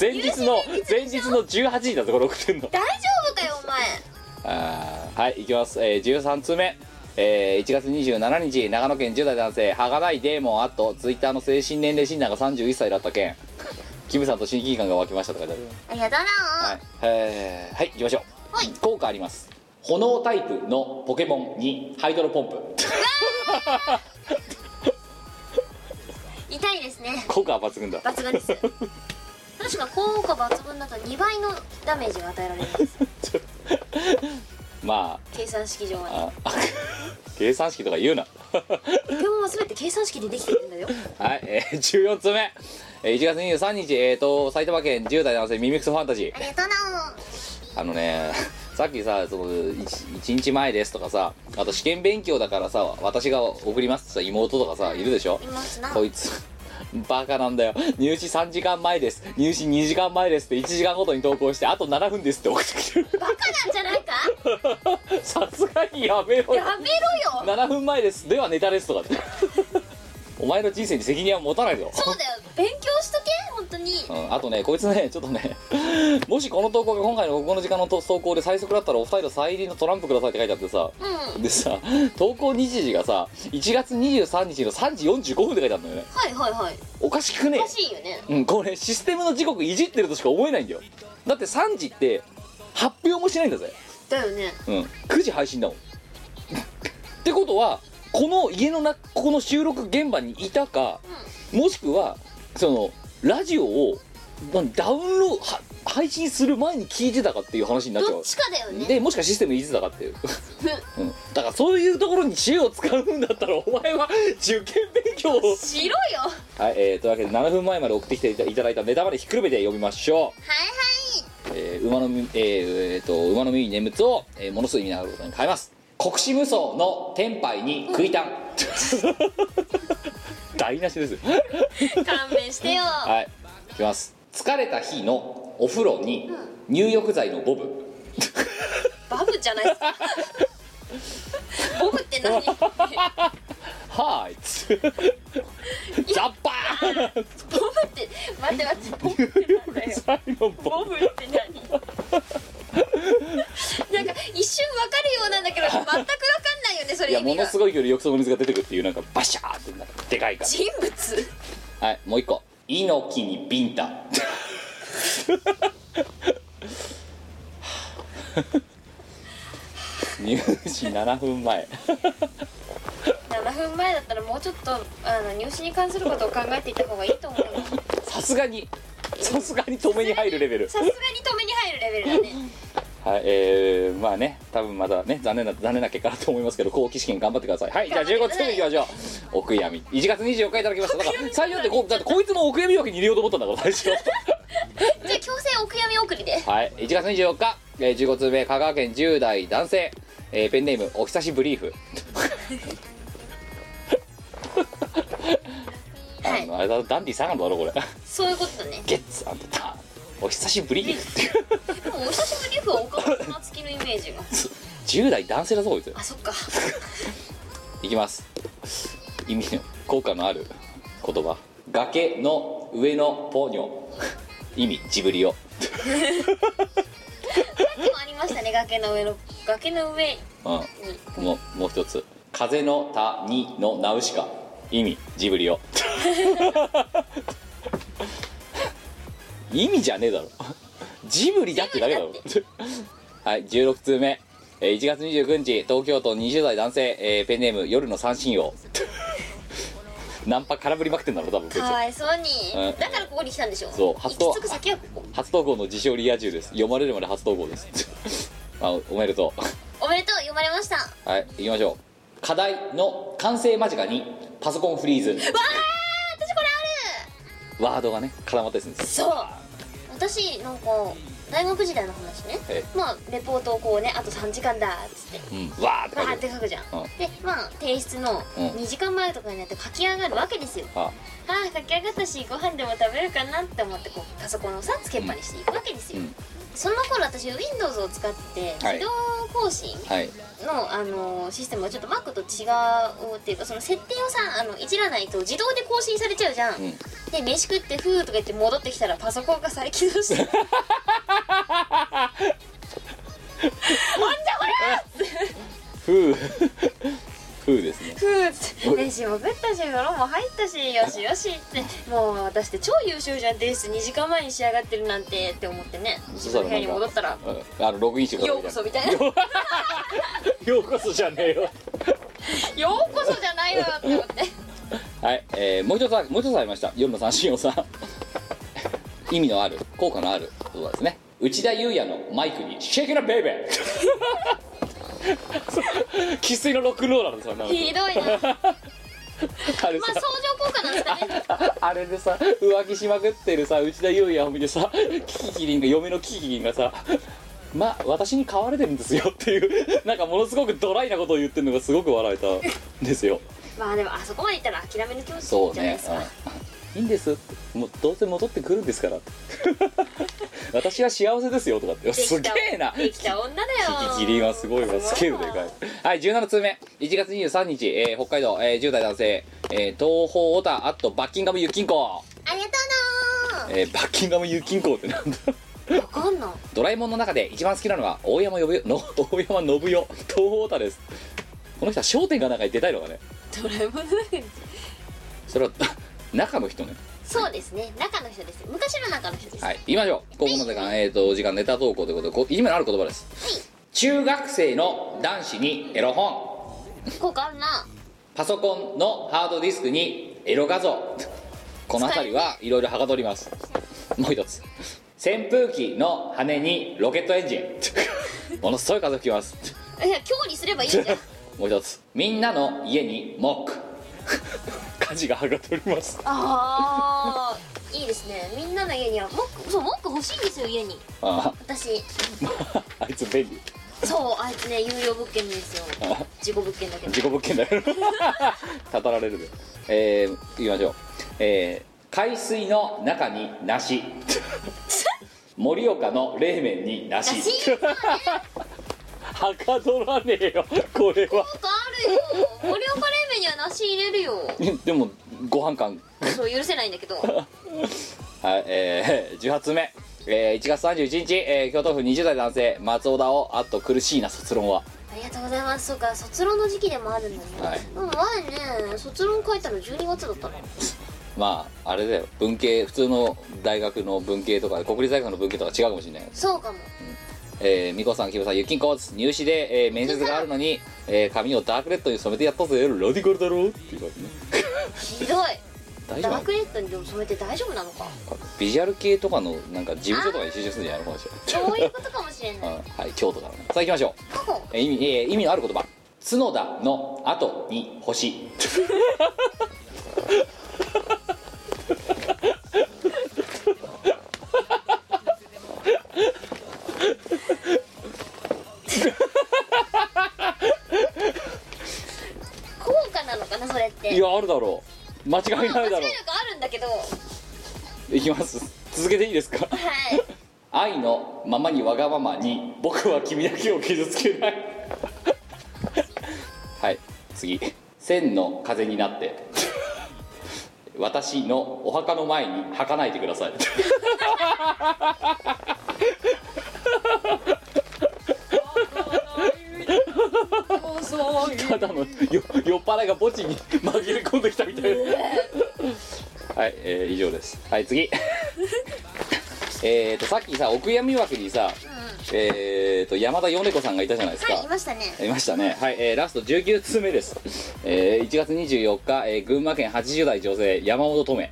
Speaker 1: 前日の前日の18時だぞこれ送ってんの
Speaker 2: 大丈夫かよお前
Speaker 1: あーはい行きます、えー、13通目、えー1月27日長野県10代男性はがないデーモンあとツイッターの精神年齢診断が31歳だった件 キムさんと親近感が湧きましたとか書いてある
Speaker 2: あやだな
Speaker 1: はい、えーはい、行きましょう。
Speaker 2: はい
Speaker 1: 効果あります。炎タイプのポケモンにハイドロポンプ。
Speaker 2: 痛いですね
Speaker 1: 効果は抜群だ。
Speaker 2: 抜群です確か効果抜群だと2倍のダメージが与えられるんです
Speaker 1: ま
Speaker 2: 計算式上はね
Speaker 1: あ、あ 計算式とか言うな。
Speaker 2: ポケモンは全て計算式でできてるんだよ
Speaker 1: はい、えー、14つ 目。えー1月23日、えーと、埼玉県10代男性ミミクソファンタジー
Speaker 2: あ。りがとうな
Speaker 1: あのね、 さっきさ、その、1, 日前ですとかさ、あと試験勉強だからさ、私が送りますってさ、妹とかさ、いるでしょ
Speaker 2: いますな
Speaker 1: こいつ バカなんだよ入試3時間前です入試2時間前ですって1時間ごとに投稿してあと7分ですって送ってきてる
Speaker 2: バカなんじゃないか
Speaker 1: さすがにやめろよ
Speaker 2: やめろよ
Speaker 1: 7分前ですではネタですとかって お前の人生に責任は持たないぞ
Speaker 2: そうだよ勉強しとけ本当に
Speaker 1: うん、あとねこいつね ちょっとねもしこの投稿が今回のここの時間の投稿で最速だったらお二人と再臨のトランプくださいって書いてあってさ
Speaker 2: うんは
Speaker 1: でさ投稿日時がさ1月23日の3時45分って書いてあるんだよね
Speaker 2: いはいはい
Speaker 1: おかしくねえ
Speaker 2: おかしいよね
Speaker 1: うん、これシステムの時刻いじってるとしか思えないんだよだって3時って発表もしないんだぜ、
Speaker 2: だよね
Speaker 1: うん、9時配信だもんってことはこの家の中ここの収録現場にいたかもしくはそのラジオをまダウンロードは配信する前に聞いてたかっていう話になっちゃ
Speaker 2: ど
Speaker 1: う
Speaker 2: っちかだよね
Speaker 1: でもしかシステムいじってた かっていう、うん、だからそういうところに知恵を使うんだったらお前は受験勉強 を
Speaker 2: しろよは
Speaker 1: はい、えー、というわけで7分前まで送ってきていただいたネタまでひっくるめて読みましょ う、えー馬の耳、えーえーと馬の耳に念仏を、えーものすごい意味のあることに変えます国士無双の天杯に食い たん台無しです
Speaker 2: いはい勘弁してよ
Speaker 1: はいいきます疲れた日のお風呂に入浴剤のボブ
Speaker 2: バブじゃないですか ボブって何ボ
Speaker 1: はーいつジャッパー
Speaker 2: ブって待って待ってボブって なんだよ
Speaker 1: 最後ボ
Speaker 2: ボブって何なんか一瞬わかるようなんだけど全くわかんないよねそ
Speaker 1: ブい
Speaker 2: れ
Speaker 1: や
Speaker 2: 意
Speaker 1: も
Speaker 2: 味
Speaker 1: の
Speaker 2: が
Speaker 1: すごい勢いで浴槽の水が出てくるっていうなんかバシャーってなんかでかいから
Speaker 2: 人物
Speaker 1: はい、もう一個。猪木にビンタ。 入試7分前。
Speaker 2: 7分前だったらもうちょっとあの入試に関することを考えていた方がいいと思うよ
Speaker 1: さすがに、さすがに止めに入るレベル。
Speaker 2: さすがに止めに入るレベルだね
Speaker 1: はい、えー、まあね、多分まだね、残念な、残念な結果だと思いますけど、後期試験頑張ってください。はい、じゃあ15つ目いきましょう。お悔やみ。1月24日いただきました。だから、最初ってこう、だってこいつのお悔やみ枠に入れようと思ったんだから、
Speaker 2: じ
Speaker 1: 最初。
Speaker 2: ゃあ強制お悔やみ送りで
Speaker 1: はい、1月24日、えー、15通目香川県10代男性、えーペンネームお久しぶりーふ
Speaker 2: はい
Speaker 1: あのあれだダンディサガンドだろこれ
Speaker 2: そういうことだね
Speaker 1: ゲッツアンドターンお久しぶりーふっていう
Speaker 2: でもお久しぶりには岡本の月のイメージ が
Speaker 1: 10代男性だぞこいつ
Speaker 2: あそっか
Speaker 1: いきます意味の効果のある言葉崖の上のポニョ意味ジブリを
Speaker 2: さっきもありましたね崖の上の崖の上に
Speaker 1: うんもうもう一つ「風の谷のナウシカ」意味ジブリを 意味じゃねえだろジブリだってだけだろはい16通目えー1月29日東京都20代男性、えーペンネーム夜の三振王ナンパ空振りまくってんだろ多分こいつ
Speaker 2: かわいそうに、
Speaker 1: うん
Speaker 2: だからここに来たんでしょ
Speaker 1: そう
Speaker 2: 行き
Speaker 1: 初
Speaker 2: 着
Speaker 1: 登
Speaker 2: く先はここ
Speaker 1: 初投稿の自称リア充です読まれるまで初投稿です あおおめでとう
Speaker 2: おめでとう読まれました
Speaker 1: はい行きましょう課題の完成間近にパソコンフリーズ
Speaker 2: わあ私これある
Speaker 1: ワードがね固まったりするんです
Speaker 2: そう私なんか大学時代の話ね
Speaker 1: え
Speaker 2: まあレポートをこうねあと3時間だっつって
Speaker 1: うんわーって
Speaker 2: わ
Speaker 1: 書
Speaker 2: ー
Speaker 1: い
Speaker 2: ってて
Speaker 1: る
Speaker 2: 書くじゃん、
Speaker 1: うん
Speaker 2: でまあ提出の
Speaker 1: うん
Speaker 2: 2時間前とかになって書き上がるわけですよ、
Speaker 1: あ
Speaker 2: ああ書き上がったしご飯でも食べるかなって思ってこうパソコンをさつけっぱにしていくわけですよ、
Speaker 1: うん
Speaker 2: その頃私 Windows を使って
Speaker 1: はい
Speaker 2: 自動更新
Speaker 1: はい
Speaker 2: の、あのシステムはちょっと Mac と違うっていうかその設定をさあのいじらないと自動で更新されちゃうじゃん、
Speaker 1: うん
Speaker 2: で飯食ってフーとか言って戻ってきたらパソコンが再起動してなんじゃこ
Speaker 1: ふう俺
Speaker 2: ねもぶったし風呂も入ったしよしよしってもう私って超優秀じゃん提出2時間前に仕上がってるなんてって思ってね自分の部屋に戻った ら
Speaker 1: うんあのログインしてくださ
Speaker 2: よ
Speaker 1: いう
Speaker 2: こ
Speaker 1: み
Speaker 2: そ
Speaker 1: た
Speaker 2: みたいなよ
Speaker 1: いな ようこそじゃねえよ
Speaker 2: うこそじゃないわって思って
Speaker 1: はい、えーもう一つあもう一つありました4の三振をさ 意味のある効果のある言葉ですね内田裕也のマイクに「シェイクなベイベー」 生粋のロックンローラーのさなんか
Speaker 2: ひどいなまあ
Speaker 1: あれ
Speaker 2: 相乗
Speaker 1: さ
Speaker 2: 効果なんですかね
Speaker 1: あれでさ浮気しまくってるさ内田裕也を見てさキキキリンが嫁のキキキリンがさまあ私に買われてるんですよっていうなんかものすごくドライなことを言ってるのがすごく笑えたんですよ
Speaker 2: まあでもあそこまでいったら諦めの気持ちい
Speaker 1: そ
Speaker 2: いん
Speaker 1: う
Speaker 2: じゃないで
Speaker 1: ね
Speaker 2: すか、
Speaker 1: うん、いいんですもうどうせ戻ってくるんですからって 私は幸せですよとかって
Speaker 2: できた
Speaker 1: すげえな
Speaker 2: できた女だよ
Speaker 1: キキキリンはすごいわスケールでかいはい17通目1月23日、えー北海道、えー10代男性、えー東方オタアットバッキンガムユッキンコ
Speaker 2: ありがと
Speaker 1: えーバッキンガムユッキンコってなんだ
Speaker 2: うのわかんの
Speaker 1: ドラえもんの中で一番好きなのは大山呼ぶよの大山信代東方オタですこの人は『商店が中に出たいのかね
Speaker 2: ドラえもんの中に
Speaker 1: それは 中の人ね
Speaker 2: そうですね中の人です昔の中の人です、
Speaker 1: はい、行きましょう。今後の時間、えっ、と、時間ネタ投稿ということで、こいじめのある言葉です。中学生の男子にエロ本、
Speaker 2: 効果あるな
Speaker 1: パソコンのハードディスクにエロ画像。この辺りはいろいろはかどります。もう一つ。扇風機の羽にロケットエンジン。ものすごい風吹きます。
Speaker 2: いや今日にすればいいじゃん
Speaker 1: もう一つ。みんなの家にモック。火事がはかどります。
Speaker 2: ああいいですねみんなの家にはモックそうモック欲しいんですよ家に
Speaker 1: あ
Speaker 2: 私
Speaker 1: あ、あいつ便利。
Speaker 2: そうあいつね有料物件ですよ
Speaker 1: あ
Speaker 2: 事故物件だけど
Speaker 1: 事故物件だよ語られるでえー、いきましょうえー、海水の中に梨盛岡の冷麺に梨
Speaker 2: 梨
Speaker 1: はかどらねえよこれは
Speaker 2: 効果あるよ盛岡冷麺には梨入れるよ
Speaker 1: でもご飯感
Speaker 2: そう許せないんだけど
Speaker 1: はいえー、18目えー、1月31日、えー京都府20代男性松尾田をあっと苦しいな卒論は
Speaker 2: ありがとうございますそうか卒論の時期でもあるんだね、
Speaker 1: はい
Speaker 2: でも前ね卒論書いたの12月だったの
Speaker 1: まああれだよ文系普通の大学の文系とか国立大学の文系とか違うかもしれない
Speaker 2: そうかも
Speaker 1: えー、みこさん、きむさん、ゆきんこ入試で、えー面接があるのに、えー髪をダークレッドに染めてやったぜ、ラディカルだろっていう感じね。
Speaker 2: ひどい
Speaker 1: 大
Speaker 2: ダ
Speaker 1: 丈夫な
Speaker 2: ー
Speaker 1: の
Speaker 2: クレッドにでも染めて大丈夫なのか
Speaker 1: ビジュアル系とかの、なんか事務所とかに就職するんじゃないのかもしれ
Speaker 2: そういうことかもしれない
Speaker 1: ない。うんはい、京都だからね。さあ行きましょう。
Speaker 2: 過去
Speaker 1: えー意味、えー意味のある言葉。角田の後に星。
Speaker 2: 効果なのかなそれって
Speaker 1: いや、あるだろう。間違い
Speaker 2: まあ
Speaker 1: ない
Speaker 2: 間
Speaker 1: だろ
Speaker 2: 違いなくあるんだけどは
Speaker 1: う。いきます。続けていいですか
Speaker 2: い
Speaker 1: 愛のままにわがままに、僕は君だけを傷つけない。はい次千の風になって私のお墓の前に吐かないでくださいただのよ酔っ払いが墓地に紛れ込んできたみたいなはい、えー以上ですはい次 えーとさっきさお悔やみ枠にさ、えーと山田米子さんがいたじゃないですか、
Speaker 2: はいいましたね
Speaker 1: いましたねはい、えーラスト19通目です、えー1月24日、えー群馬県80代女性山 本とめ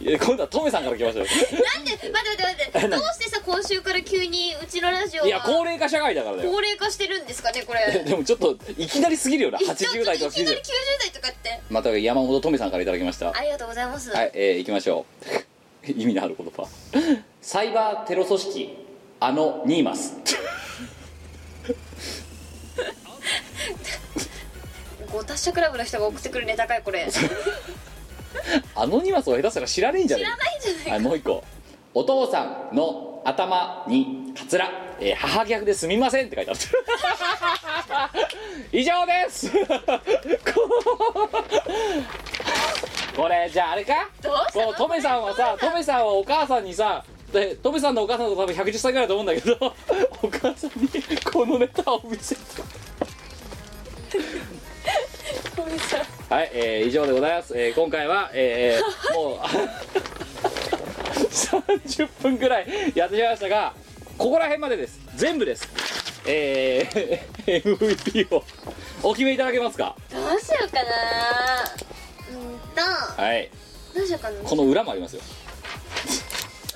Speaker 1: いや今度はとめさんから来ましたよ
Speaker 2: なんで待って待って待ってどうしてさ今週から急にうちのラジオ
Speaker 1: いや
Speaker 2: が
Speaker 1: 高齢化社会だからだよ
Speaker 2: 高齢化してるんですかねこれ
Speaker 1: でもちょっといきなりすぎるよな80代とか
Speaker 2: いき
Speaker 1: 90
Speaker 2: なり
Speaker 1: 代
Speaker 2: 90代とかって
Speaker 1: また山本とめさんからいただきましたは
Speaker 2: ありがとうございます、
Speaker 1: い、えー、いきましょう 意味のある言葉サイバーテロ組織あのニーマス
Speaker 2: ご達者クラブの人が送ってくるネタかいこれ知
Speaker 1: あのニーマスを下手したら知らねえんじゃねえ
Speaker 2: らないんじゃない
Speaker 1: はい、もう一個。お父さんの頭にカツラ、えー母逆ですみませんって書いてある。 以上です。 これじゃああれか。
Speaker 2: どうしたの
Speaker 1: こうトメさんはさ、トメさんはお母さんにさ。でトメさんのお母さんと多分110歳ぐらいだと思うん だけどお母さんにこのネタを見せてはい、えー、以上でございます、えー、今回は、えー、もう30分ぐらいやってしまいましたがここら辺までです全部ですえー、MVP をお決めいただけますか
Speaker 2: どうしようかなうんと
Speaker 1: はい
Speaker 2: どうしようかな
Speaker 1: この裏もありますよ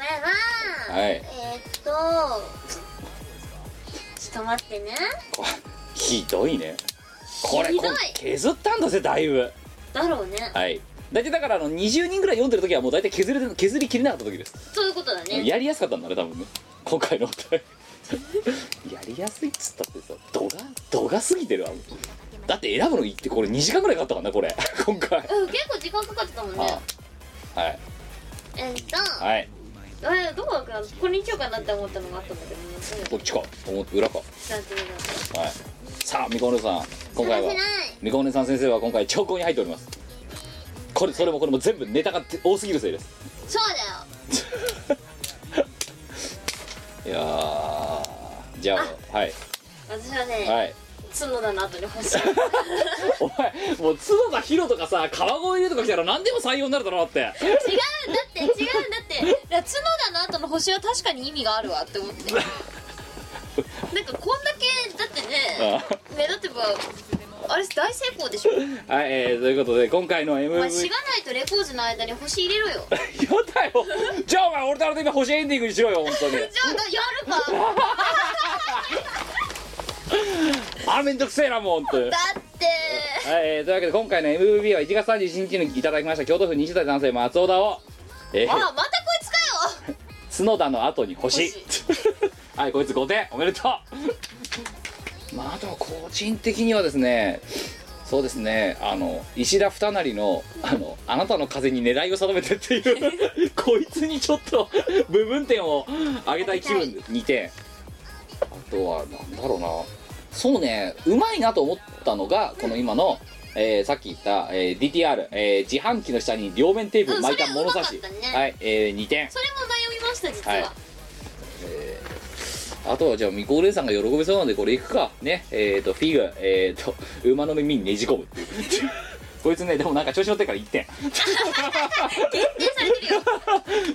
Speaker 2: これは、
Speaker 1: はい
Speaker 2: えー、っとちょっと待ってね
Speaker 1: こひどいねこれ
Speaker 2: ひどい
Speaker 1: これ削ったんだぜだいぶ
Speaker 2: だろうね
Speaker 1: はい大体だからあの20人ぐらい読んでる時はもう大体削れて削りきれなかった時です
Speaker 2: そういうことだね
Speaker 1: やりやすかったんだね多分ね今回のお題 やりやすいっつったってさ度が度が過ぎてるわだって選ぶのいってこれ2時間ぐらいかかったからねこれ 今回
Speaker 2: うん結構時間かかってたもんね
Speaker 1: あはい
Speaker 2: えー、っと、
Speaker 1: はい
Speaker 2: あれどこだっけなここにしようかなって思ったのがあったんだけどねうん
Speaker 1: こっちか表裏かは
Speaker 2: なんていうの
Speaker 1: いさあみこねさん今回は
Speaker 2: 探せない
Speaker 1: みこねさん先生は今回兆候に入っておりますこれそれもこれも全部ネタが多すぎるせいです
Speaker 2: そうだよ
Speaker 1: いやーじゃあはい
Speaker 2: 私はね、
Speaker 1: はい
Speaker 2: 角田の後に欲しい
Speaker 1: お前もう角田ヒロとかさ川越優とか来たら何でも採用になるだろうなって
Speaker 2: 違うんだって違うんだっていや角田の後の星は確かに意味があるわって思 ってなんかこんだけだってね
Speaker 1: あ
Speaker 2: 目立てばあれ大成功でしょ
Speaker 1: はい、えー、ということで今回の
Speaker 2: お前
Speaker 1: MVP
Speaker 2: しがないとレコーズの間に星入れろよじゃ
Speaker 1: やだよじゃあお前俺とあれで今星エンディングにしろよ本 当に
Speaker 2: あやるか
Speaker 1: あーめんどくせえなもう本当に
Speaker 2: だって
Speaker 1: はい、えー、というわけで今回の MVP は1月31日にいただきました京都府20代男性松尾田を、えー
Speaker 2: あまたこいつかよ
Speaker 1: 角田の後に星
Speaker 2: 星
Speaker 1: はいこいつ5点おめでとうまああとは個人的にはですねそうですねあの石田二成のあの「あなたの風に狙いを定めて」って いうこいつにちょっと部分点を上げたい気分2点あとはなんだろうなそうねうまいなと思ったのがこの今の、えーさっき言った、えー DTR、えー自販機の下に両面テープを巻いた物差し、
Speaker 2: うんそれうまかったね
Speaker 1: はい、えー、2点
Speaker 2: それも迷いました実は、
Speaker 1: はいあとはじゃあ未高連さんが喜びそうなんでこれいくかねえっ、ー、とフィグえっ、ー、と馬の耳にねじ込むっていう こいつねでもなんか調子乗ってるから1点
Speaker 2: 限定されてるよ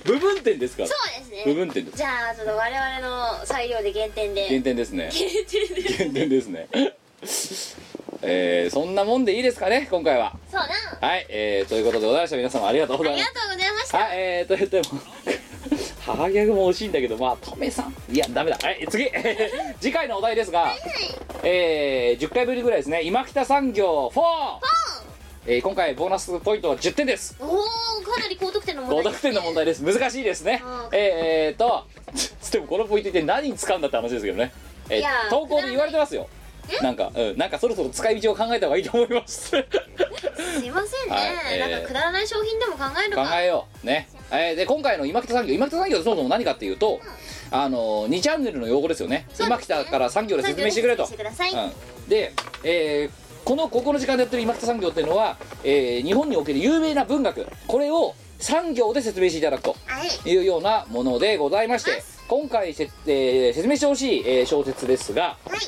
Speaker 1: 部分点ですから
Speaker 2: そうです
Speaker 1: 部
Speaker 2: ね
Speaker 1: 分点です
Speaker 2: じゃあちょっと我々の裁量で減点で
Speaker 1: 減点ですね
Speaker 2: 限定で
Speaker 1: 減点ですね えー、そんなもんでいいですかね今回は
Speaker 2: そうな
Speaker 1: はいえー、ということでございました皆様ありがとうござ
Speaker 2: あ
Speaker 1: い
Speaker 2: り
Speaker 1: ま
Speaker 2: がと
Speaker 1: す
Speaker 2: うございました
Speaker 1: はいえー、と言っても ハーギャグも惜しいんだけどまあトメさんいやダメだはい次 次回のお題ですがえー、10回ぶりぐらいですね今北産業 4! えー今回ボーナスポイントは10点です
Speaker 2: おおかなり高得点の問
Speaker 1: 5
Speaker 2: 題
Speaker 1: 得点の問題です難しいですね
Speaker 2: うん
Speaker 1: えー、えーと つってもこのポイントって何に使うんだって話ですけどね、えー
Speaker 2: いやー
Speaker 1: 投稿で言われてますよなんか、うん、なんかそろそろ使い道を考えた方がいいと思います
Speaker 2: すいませんね、
Speaker 1: はいえー
Speaker 2: なんかくだらない商品でも考える
Speaker 1: 考
Speaker 2: か
Speaker 1: えようね、えーで今回の今北産業今北産業そもそも何かっていうと、あの2チャンネルの用語ですよね
Speaker 2: そう
Speaker 1: 今
Speaker 2: ですね
Speaker 1: 北から産業で説明してくれと
Speaker 2: 説明してください、
Speaker 1: うん、で、えーこのここの時間でやってる今北産業っていうのは、えー日本における有名な文学これを産業で説明していただくと
Speaker 2: はい
Speaker 1: いうようなものでございまして今回せ、えー説明してほしい、えー小説ですが
Speaker 2: はい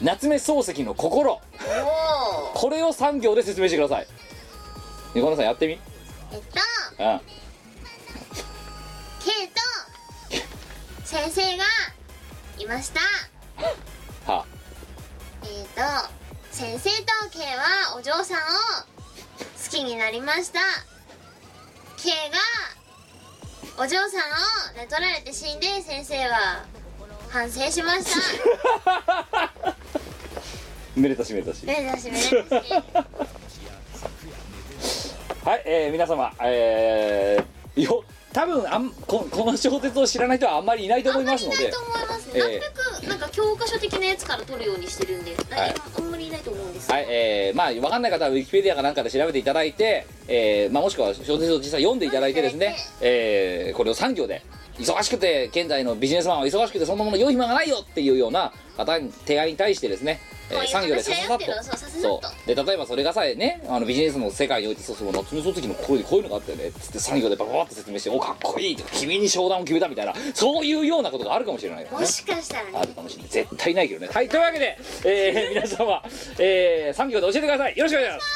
Speaker 1: 夏目漱石の心
Speaker 2: おお
Speaker 1: これを産業で説明してくださいニコナさんやってみ
Speaker 2: えっと
Speaker 1: うん
Speaker 2: ケイと先生がいました
Speaker 1: は
Speaker 2: えっ、と先生とケイはお嬢さんを好きになりましたケイがお嬢さんを寝取られて死んで先生は反省しました
Speaker 1: めでたしめでたし
Speaker 2: めでたしめでたし
Speaker 1: はい、えー皆様、えーよ多分あんここの小説を知らない人はあんまりいないと思いますの
Speaker 2: あんまりいない
Speaker 1: で
Speaker 2: と思いますね、
Speaker 1: え
Speaker 2: なるべくなんか教科書的なやつから取るようにしてるんで、
Speaker 1: い
Speaker 2: あんまりいないと思うんですよ
Speaker 1: はいえーまあ分かんない方はウィキペディアかなんかで調べていただいて、えーまあ、もしくは小説を実際読んでいただいてですね、えーこれを産業で忙しくて現在のビジネスマンは忙しくてそんなもの良い暇がないよっていうような方に提案に対してですね、え
Speaker 2: こういう
Speaker 1: 産業でさささっと
Speaker 2: 話だよっていうのをそうさささっと
Speaker 1: そうで例えばそれがさえねあのビジネスの世界においてそうそう夏目漱石のこういうこういうのがあったよねっつって産業でバババッと説明して「おかっこいい」とか「君に商談を決めた」みたいなそういうようなことがあるかもしれないから
Speaker 2: も
Speaker 1: ね
Speaker 2: しかしたら
Speaker 1: あ
Speaker 2: ね
Speaker 1: るかもしれない絶対ないけどねはいというわけで、えー、皆様、えー、3行で教えてくださいよろしくお願いします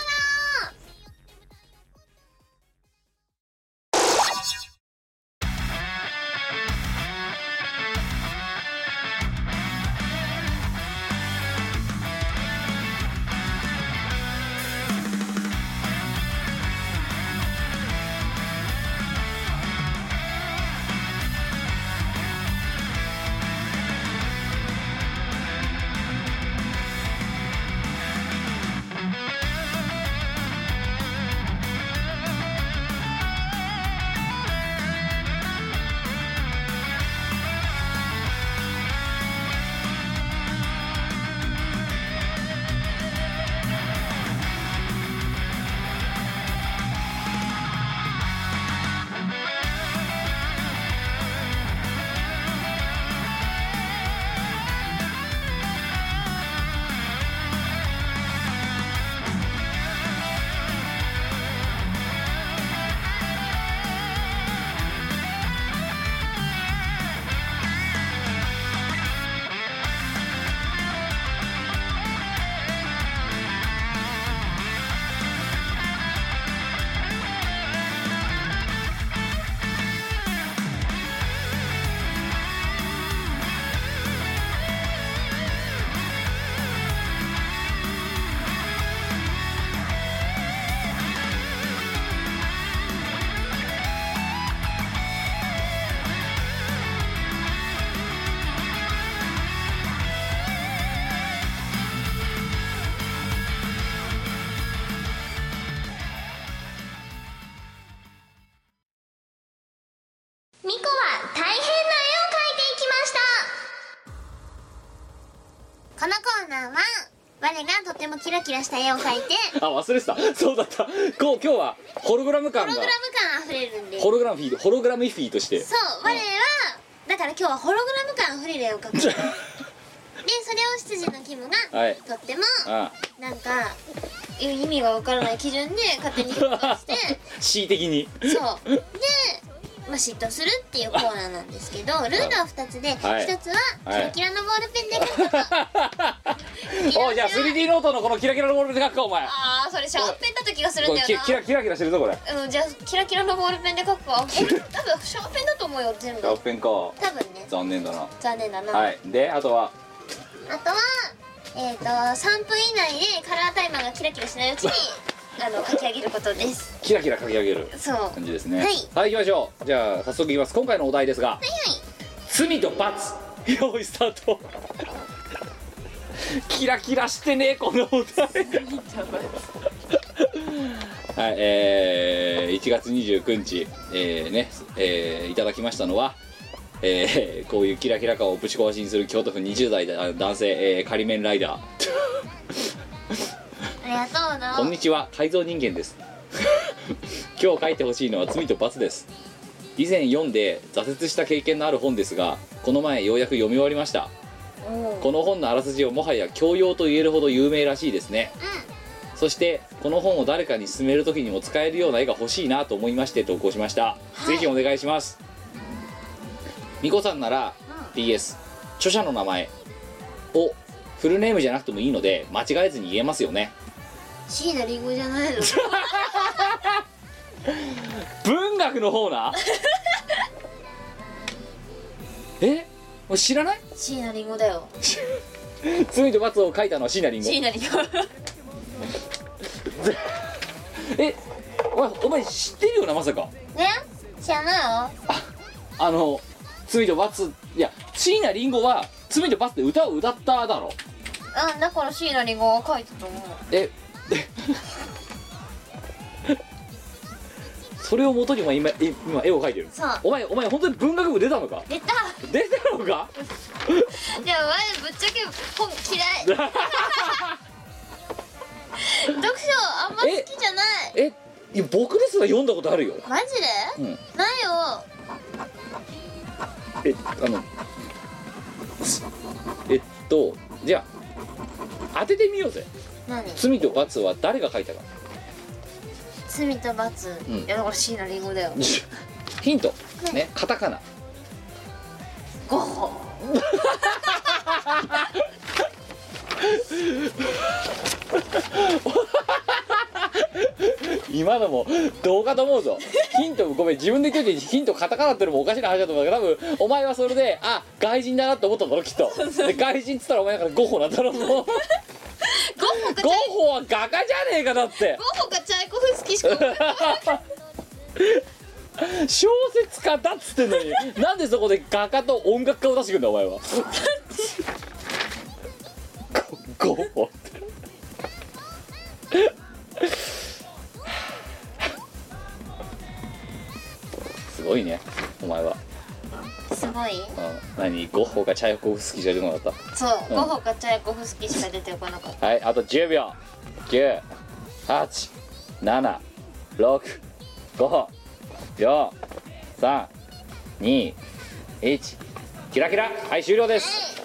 Speaker 3: 生がとってもキラキラした絵 を描いて
Speaker 1: あ忘れてたそうだったこう今日はホログラム
Speaker 3: ホ
Speaker 1: 感
Speaker 3: ログ
Speaker 1: が
Speaker 3: ラム感あふれるんでそ
Speaker 1: ホ
Speaker 3: う
Speaker 1: ログラムフィーホログラムイフィーとして
Speaker 3: 我はだから今日はホログラム感あふれる絵を描くでそれを執事のキムが、
Speaker 1: はい
Speaker 3: とっても
Speaker 1: あ
Speaker 3: なんか意味がわからない基準で勝 手に評価して
Speaker 1: 恣意的に
Speaker 3: そうで、まあ、嫉妬するっていうコーナーなんですけどルールは2つで、
Speaker 1: はい
Speaker 3: 1つはキ
Speaker 1: はい
Speaker 3: ラキラのボールペンで描くこと、
Speaker 1: おうじゃあ 3D ノートのこのキラキラのボールペンで書くかお前
Speaker 3: ああそれシャーペンだった気がする
Speaker 1: こ
Speaker 3: ん
Speaker 1: れ
Speaker 3: だよ
Speaker 1: キ
Speaker 3: な
Speaker 1: ラキラキラキラしてるぞこれ
Speaker 3: うん、じゃあキラキラのボールペンで書く かえ多分シャーペンだと思うよ全部
Speaker 1: ラッ
Speaker 3: 多
Speaker 1: ペンか
Speaker 3: 分ね
Speaker 1: 残念だな
Speaker 3: 残念だな、
Speaker 1: はいであとは
Speaker 3: あとはえっ、と3分以内でカラータイマーがキラキラしないう ちにあの書き上げることです
Speaker 1: キラキラ書き上げる
Speaker 3: そうはい
Speaker 1: 感じですね
Speaker 3: はい
Speaker 1: 行きましょうじゃあ早速いきます今回のお題ですが罪と罰用意スタート キラキラしてねこのお題はいえー、1月29日、えーねえーいただきましたのは、えーこういうキラキラ感をぶち壊しにする京都府20代だ男性、えー仮面ライダー
Speaker 3: ありがとうな
Speaker 1: こんにちは改造人間です 今日書いてほしいのは罪と罰です以前読んで挫折した経験のある本ですがこの前ようやく読み終わりましたこの本のあらすじをもはや教養と言えるほど有名らしいですね、そしてこの本を誰かに勧める時にも使えるような絵が欲しいなと思いまして投稿しました、ぜひお願いしますみこさんなら PS 著者の名前をフルネームじゃなくてもいいので間違えずに言えますよね
Speaker 3: 椎名林檎じゃないの
Speaker 1: 文学の方な えもう知らない
Speaker 3: 椎名林檎だよ
Speaker 1: 罪と罰を書いたのは椎名林
Speaker 3: 椎
Speaker 1: 檎
Speaker 3: 名林檎
Speaker 1: えお前お前知ってるよなまさか
Speaker 3: ね知らないよ
Speaker 1: あの罪と罰いや椎名林檎は罪と罰って歌を歌っただろ
Speaker 3: うんだから椎名林檎が書いたと思う
Speaker 1: え えそれを元にお前今え今絵を描いてる
Speaker 3: そう
Speaker 1: お前お前本当に文学部出たのか
Speaker 3: 出た
Speaker 1: 出たのか
Speaker 3: いや前ぶっちゃけ本嫌い 読書あんま好きじゃない
Speaker 1: えいや僕ですら読んだことあるよ
Speaker 3: マジで、
Speaker 1: うん
Speaker 3: ないよ
Speaker 1: えあのすえっとじゃあ当ててみようぜ
Speaker 3: 何
Speaker 1: 「罪と罰」は誰が書いたか
Speaker 3: 罪と罰、
Speaker 1: ん
Speaker 3: いやだから椎名林檎だよ
Speaker 1: ヒントねカタカナ
Speaker 3: ゴッホ
Speaker 1: 今のもどうかと思うぞヒントごめん自分で言っててヒントカタカナってのもおかしな話だと思うけど多分お前はそれであ外人だなって思ったんだろきっとで外人っつったらお前だからゴッホなんだろもう
Speaker 3: ゴッホかチャイ
Speaker 1: ゴッホは画家じゃねえかだって
Speaker 3: ゴッホかチャイコフスキーしか
Speaker 1: 小説家だっつってんのになんでそこで画家と音楽家を出してくんだお前はゴゴゴすごいねお前は、
Speaker 3: すごい
Speaker 1: うん、何ゴッホかチャイコフスキーじゃ出なかっ
Speaker 3: そう、
Speaker 1: うん
Speaker 3: ゴッホかチャイコフスキーしか出てこなかった
Speaker 1: はいあと10秒987654321キラキラはい終了です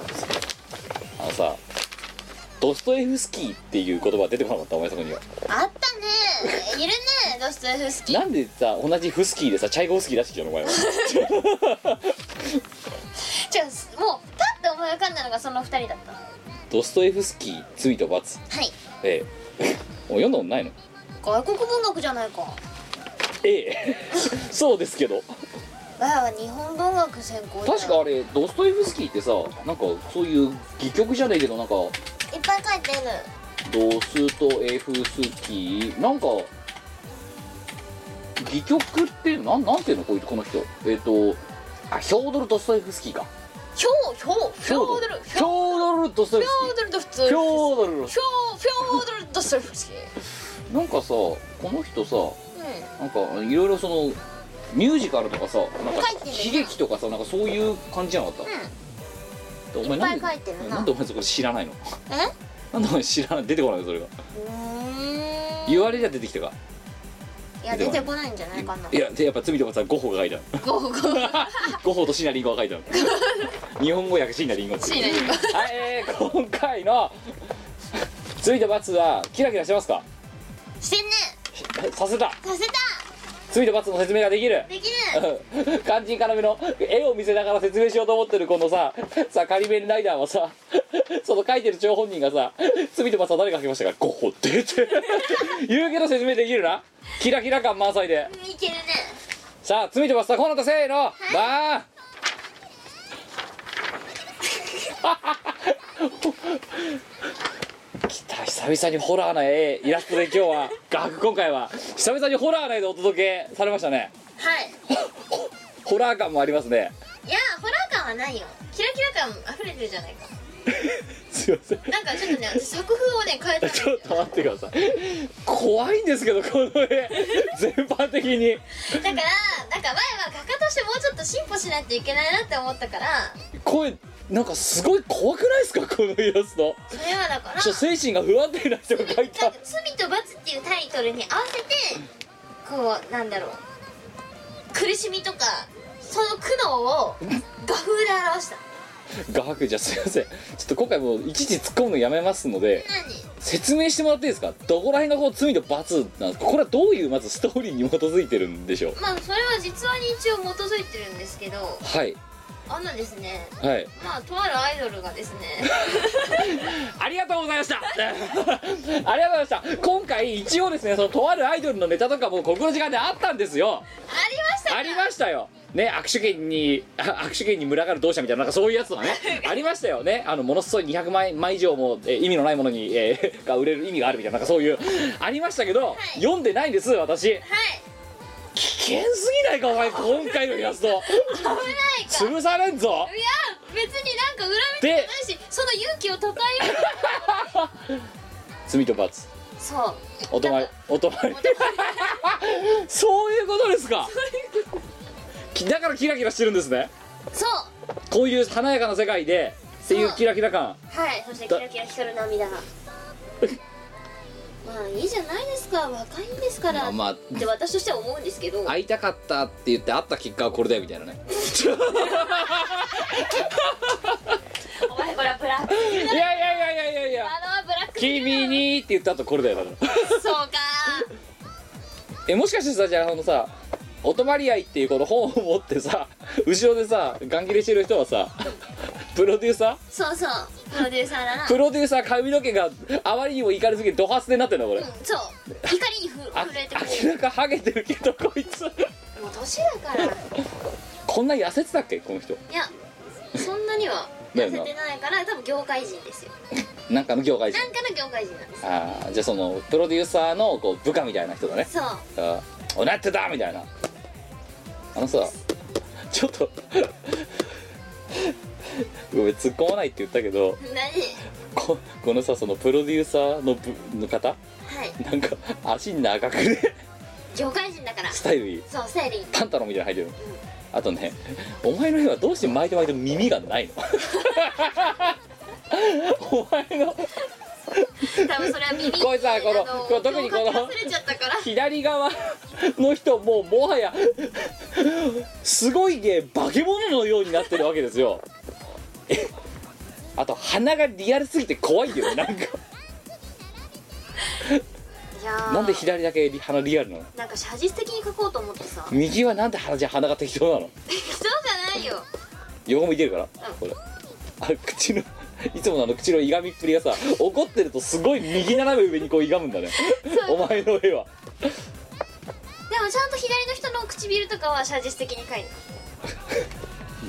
Speaker 1: あのさドストエフスキーっていう言葉出てこなかったお前そこには
Speaker 3: あったねいるねドストエフスキー
Speaker 1: なんでさ同じフスキーでさチャイコフスキー出してきたのお前 は
Speaker 3: じゃあもうパッと思い浮かんだのがその二人だったは
Speaker 1: ドストエフスキー罪と罰
Speaker 3: い
Speaker 1: ええもう読んだことないの
Speaker 3: 外国文学じゃないか
Speaker 1: ええ そうですけど
Speaker 3: わやは日本文学専攻だよ
Speaker 1: 確かあれドストエフスキーってさなんかそういう戯曲じゃねえけどなんか
Speaker 3: いっぱい書いてる
Speaker 1: ドストエフスキーなんか戯曲ってなんなんていうのこういうこの人えっ、とあヒョードル・ドストエフスキーか
Speaker 3: ひょうひょうひょうドル
Speaker 1: ヒョードル・ドストエ
Speaker 3: ひ
Speaker 1: フ
Speaker 3: ょう
Speaker 1: ス
Speaker 3: ドルと普通
Speaker 1: キー
Speaker 3: ひ
Speaker 1: ヒ
Speaker 3: ょう
Speaker 1: ョードル
Speaker 3: ひょうドルとストエフスキー
Speaker 1: なんかさこの人さ
Speaker 3: う
Speaker 1: なんかいろいろそのミュージカルとかさなんか
Speaker 3: 書いてる
Speaker 1: 悲劇とかさなんかそういう感じじゃなかった、お前なん
Speaker 3: いっぱい書いてる
Speaker 1: で
Speaker 3: な
Speaker 1: なんでお前そこ知らないの
Speaker 3: んえ
Speaker 1: なんだか知らない出てこないそれが
Speaker 2: ーん
Speaker 1: 言われりゃ出てきたか
Speaker 2: いや出てこないんじゃないかない
Speaker 1: やでやっぱ罪とかさ ゴッホが書いたの
Speaker 2: ゴーゴー
Speaker 1: ゴッホと椎名林檎が書いた の日本語訳椎名林檎って
Speaker 2: 椎
Speaker 1: いう
Speaker 2: 名林
Speaker 1: はい、えー、今回の 罪と罰はキラキラしてますか
Speaker 2: してんね
Speaker 1: させた
Speaker 2: させた
Speaker 1: 罪と罰の説明ができる
Speaker 2: できる
Speaker 1: 肝心要の絵を見せながら説明しようと思ってるこのささ仮面ライダーはさその書いてる張本人がさ「罪と罰は誰が書きましたか?」ゴッホってって言うけど説明できるなキラキラ感満載で
Speaker 2: いけるね
Speaker 1: さあ罪と罰はこうなったせーのバーン来た久々にホラーな絵イラストで今日は学今回は久々にホラーな絵でお届けされましたね
Speaker 2: はい
Speaker 1: ホラー感もありますね
Speaker 2: いやホラー感はないよキラキラ感溢れてるじゃないか
Speaker 1: すいません
Speaker 2: なんかちょっ とね私作風をね変えたんです
Speaker 1: ちょ
Speaker 2: よ
Speaker 1: っと待ってください怖いんですけどこの絵全般的に
Speaker 2: だからなんか前は画家としてもうちょっと進歩しないといけないなって思ったから
Speaker 1: 声なんかすごい怖くないですかこのイラスト
Speaker 2: それはだから
Speaker 1: ちょっと精神が不安定な人が描い
Speaker 2: な
Speaker 1: た
Speaker 2: んか罪と罰っていうタイトルに合わせてこうなんだろう苦しみとかその苦悩を画風で表した
Speaker 1: 画伯じゃあすいませんちょっと今回もういちいち突っ込むのやめますので
Speaker 2: 何
Speaker 1: 説明してもらっていいですかどこら辺がこう罪と罰なんですかこれはどういうまずストーリーに基づいてるんでしょう
Speaker 2: まあそれは実話に一応基づいてるんですけど
Speaker 1: はい
Speaker 2: あのですね
Speaker 1: はい
Speaker 2: まあとあるアイドルがですね
Speaker 1: ありがとうございました ありがとうございました今回一応ですねそのとあるアイドルのネタとかもここの時間であったんですよ
Speaker 2: ありましたか
Speaker 1: ありましたよね握手券に あ握手券に群がる同社みたいななんかそういうやつとかねありましたよねあのものすごい200枚枚以上も、えー意味のないものに、え ーが売れる意味があるみたいななんかそういうありましたけど、
Speaker 2: い
Speaker 1: 読んでないんです私
Speaker 2: はい
Speaker 1: 危険すぎないかお前今回のイラスト
Speaker 2: 危ないか
Speaker 1: 潰されんぞ
Speaker 2: いや別になんか恨みとかないしその勇気をたたえよ
Speaker 1: 罪と罰
Speaker 2: うそう
Speaker 1: おとまりおとまり そういうことですかきだからキラキラしてるんですね
Speaker 2: そう
Speaker 1: こういう華やかな世界でっていうキラキラ感
Speaker 2: はいそしてキラキラ光る涙 がまあいいじゃないですか若いんですから、
Speaker 1: まあまあ
Speaker 2: って私としては思うんですけど
Speaker 1: 会いたかったって言って会った結果はこれだよみたいなね
Speaker 2: お前ほらブラック
Speaker 1: いやいやいやいやいや
Speaker 2: あのブラック
Speaker 1: 君にって言った後これだよだから
Speaker 2: そうか
Speaker 1: えもしかしてさじゃああのさ「お泊まり合い」っていうこの本を持ってさ後ろでさガン切れしてる人はさプロデューサ
Speaker 2: そうそうプロデューサーだな
Speaker 1: ープロデューサー髪の毛があまりにも怒りすぎてドハスでなってんだこれ
Speaker 2: うん そう怒りにふ
Speaker 1: あ
Speaker 2: 震えてこ
Speaker 1: 明らかハゲてるけどこいつ
Speaker 2: うもう年だからい
Speaker 1: こんな痩せてたっけこの人
Speaker 2: やそんなには
Speaker 1: だ
Speaker 2: 痩
Speaker 1: よな
Speaker 2: せてないから多分業界人ですよ
Speaker 1: なんかの業界人
Speaker 2: なんかの業界人なんです
Speaker 1: ああじゃあそのプロデューサーのこう部下みたいな人だね
Speaker 2: そう
Speaker 1: あおなってたみたいなあのさちょっと ごめん突っ込まないって言ったけど
Speaker 2: 何
Speaker 1: ここのさそのプロデューサーのぶの方
Speaker 2: はい
Speaker 1: なんか足長くね
Speaker 2: 業界人だから
Speaker 1: スタイルいい
Speaker 2: そうセリン
Speaker 1: パンタロンみたいなの履いてるあとねお前の絵はどうして毎度毎度耳がないのお前の
Speaker 2: 多分それは耳
Speaker 1: こいつはこの
Speaker 2: あ
Speaker 1: この特にこの
Speaker 2: 境界忘れちゃったから
Speaker 1: 左側の人もうもはやすごいね化け物のようになってるわけですよえあと鼻がリアルすぎて怖いよねなんか
Speaker 2: いやー
Speaker 1: なんで左だけ鼻リアルなの
Speaker 2: なんか写実的に描こうと思ってさそう
Speaker 1: 右はなんで鼻じゃ鼻が適当なの
Speaker 2: じゃないよ
Speaker 1: 横向いてるからこれあ口の いつものあの口のいがみっぷりがさ怒ってるとすごい右斜め上にこういがむんだねお前の絵は
Speaker 2: でもちゃんと左の人の唇とかは写実的に描いたや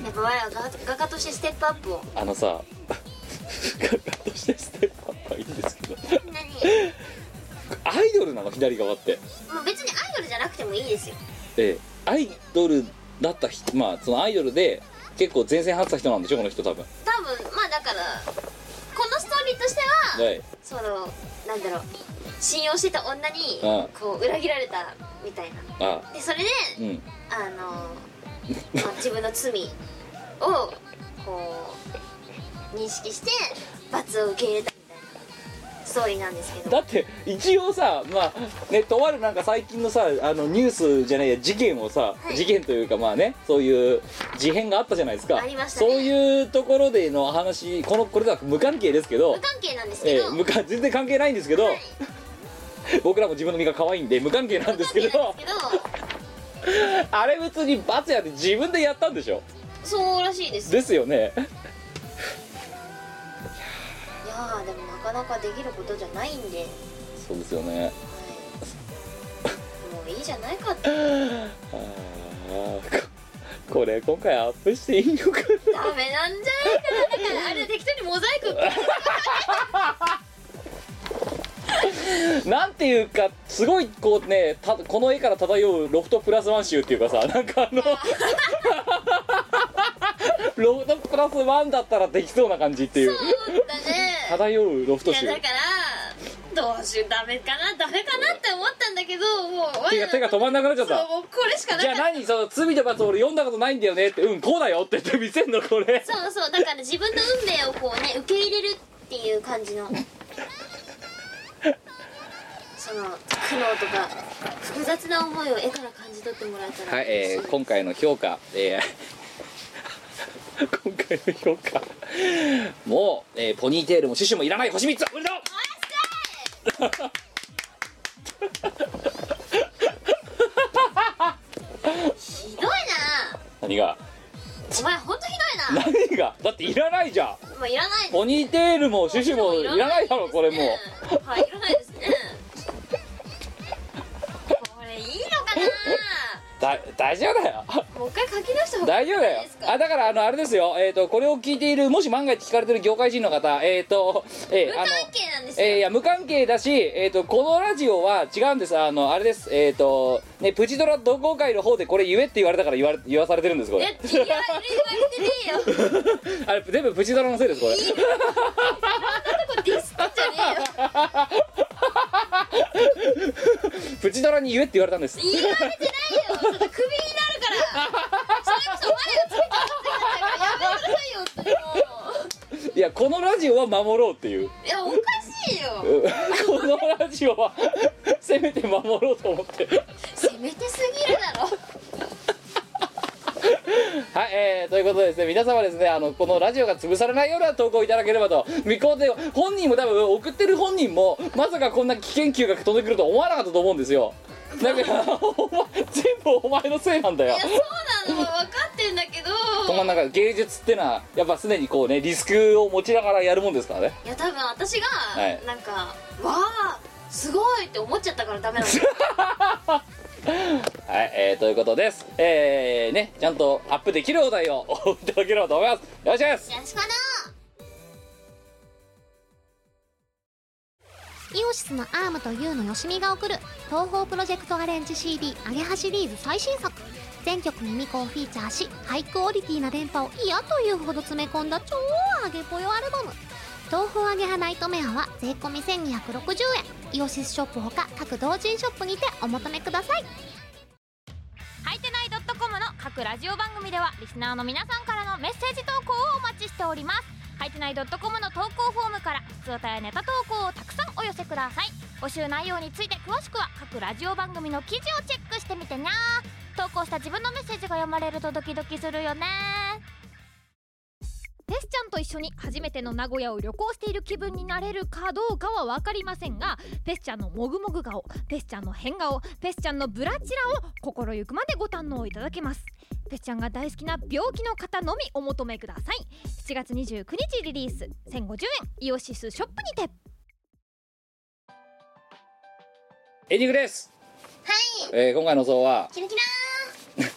Speaker 2: っぱ我は画画家としてステップアップを
Speaker 1: あのさ画家としてステップアップはいいんですけど
Speaker 2: 何
Speaker 1: アイドルなの左側って
Speaker 2: もう別にアイドルじゃなくてもいいですよ
Speaker 1: ええアイドルだった人まあそのアイドルで結構前線張ってた人なんでしょこの人多分
Speaker 2: 多分まあだからこのストーリーとしては
Speaker 1: はい
Speaker 2: そのなんだろう信用してた女に
Speaker 1: うん
Speaker 2: こう裏切られたみたいな
Speaker 1: あ
Speaker 2: でそれで
Speaker 1: うん
Speaker 2: あの、まあ自分の罪をこう認識して罰を受け入れたみたいなストーリーなんですけど
Speaker 1: だって一応さまあねとあるなんか最近のさあのニュースじゃないや事件をさ、
Speaker 2: はい
Speaker 1: 事件というかまあねそういう事変があったじゃないですか
Speaker 2: ありました
Speaker 1: そ
Speaker 2: ね
Speaker 1: ういうところでの話このこれとは無関係ですけど
Speaker 2: 無関係なんですけ
Speaker 1: え
Speaker 2: ど、
Speaker 1: ー無関全然関係ないんですけど、
Speaker 2: はい
Speaker 1: 僕らも自分の身が可愛いんで無関係な んですけ
Speaker 2: 無関係なん
Speaker 1: ど
Speaker 2: ですけど
Speaker 1: あれ別に罰やで自分でやったんでしょ
Speaker 2: そうらしいですよ
Speaker 1: ですよね
Speaker 2: いやーでもなかなかできることじゃないんで、はい、
Speaker 1: そうですよね
Speaker 2: もういいじゃないかってダ
Speaker 1: あーここれ今回アップしていいのか
Speaker 2: メなんじゃないかなだからあれ適当にモザイク
Speaker 1: ななんていうかすごいこうねたこの絵から漂うロフトプラスワン集っていうかさなんかあ のロフトプラスワンだったらできそうな感じっていう
Speaker 2: だね
Speaker 1: 漂うロフト
Speaker 2: い
Speaker 1: 集
Speaker 2: やだからどうしようダメかなダメかなって思ったんだけどもう
Speaker 1: 手が手が止まんなくなっちゃっ
Speaker 2: そう
Speaker 1: た
Speaker 2: もうこれしかな
Speaker 1: じゃ
Speaker 2: かっ
Speaker 1: あ
Speaker 2: た
Speaker 1: 何その罪と罰俺読んだことないんだよねってうんこうだよって言って見せんのこれ
Speaker 2: そうそうだから自分の運命をこうね受け入れるっていう感じのその苦悩とか複雑な思いを絵から感じ取ってもらえたら
Speaker 1: はい、えー今回の評価、えー 今回の評価もう、えーポニーテールもシュシュもいらない星3つおめでと
Speaker 2: ひどいな
Speaker 1: う何が
Speaker 2: お前ほんとひどいな
Speaker 1: 何がだっていらないじゃん
Speaker 2: もういらない
Speaker 1: ポニーテールもシュシュもいらないだろこれも
Speaker 2: うはいいらないですねこれいいのかな
Speaker 1: だ大丈夫だ よ
Speaker 2: もう一回書き出した方がい
Speaker 1: 大
Speaker 2: い
Speaker 1: 丈夫だよ
Speaker 2: ですか
Speaker 1: あだからあのあれですよえっ、とこれを聞いているもし万が一聞かれてる業界人の方えっ、とえ
Speaker 2: 無
Speaker 1: ーあ
Speaker 2: 関
Speaker 1: の
Speaker 2: 係なんですよ、
Speaker 1: えーいや無関係だし、えー、とこのラジオは違うんですあのあれですえっ、と、ね、プチドラ同好会の方でこれ言えって言われたから言われ言わされてるんですこ
Speaker 2: いや
Speaker 1: れ
Speaker 2: いや言われてねえよ
Speaker 1: あれ全部プチドラのせいですこれ
Speaker 2: ディスってんじゃね
Speaker 1: プチドラに言えって言われたんです
Speaker 2: えよ言われてないよそのクビになるからそれこそお前がつけてくれたんだからやめてくださいよって
Speaker 1: いやこのラジオは守ろうっていう
Speaker 2: もういやおかしいよ
Speaker 1: このラジオはせめて守ろうと思って
Speaker 2: せめてすぎる だろ
Speaker 1: はい、えーということでですね皆様ですねあのこのラジオが潰されないような投稿をいただければと見込んで本人も多分送ってる本人もまさかこんな危険球が飛んでくると思わなかったと思うんですよだから お前全部お前のせいなんだよ
Speaker 2: いやそうなの分かってんだけど
Speaker 1: このなんか芸術ってのはやっぱ常にこうねリスクを持ちながらやるもんですからね
Speaker 2: いや多分私が、
Speaker 1: はい
Speaker 2: なんかわあすごいって思っちゃったからダ メなの
Speaker 1: はい、えーということですえー、ねちゃんとアップできるお題を いただければと思いますよろしくです
Speaker 2: よしかな
Speaker 3: イオシスのアームとユーのよしみが送る東宝プロジェクトアレンジ CD アゲハシリーズ最新作全曲ミミコをフィーチャーしハイクオリティな電波を嫌というほど詰め込んだ超アゲぽよアルバム東宝アゲハナイトメアは税込1260円イオシスショップほか各同人ショップにてお求めください
Speaker 6: はいてない .com の各ラジオ番組ではリスナーの皆さんからのメッセージ投稿をお待ちしておりますはいてない .com の投稿フォームから普通歌やネタ投稿をたくさんお寄せください募集内容について詳しくは各ラジオ番組の記事をチェックしてみてにゃー投稿した自分のメッセージが読まれるとドキドキするよねテスちゃんと一緒に初めての名古屋を旅行している気分になれるかどうかは分かりませんがペスちゃんのもぐもぐ顔ペスちゃんの変顔ペスちゃんのブラチラを心ゆくまでご堪能いただけますペスちゃんが大好きな病気の方のみお求めください7月29日リリース1050円イオシスショップにて
Speaker 1: エンディングです
Speaker 2: はい
Speaker 1: えー今回の像は
Speaker 2: キラキラー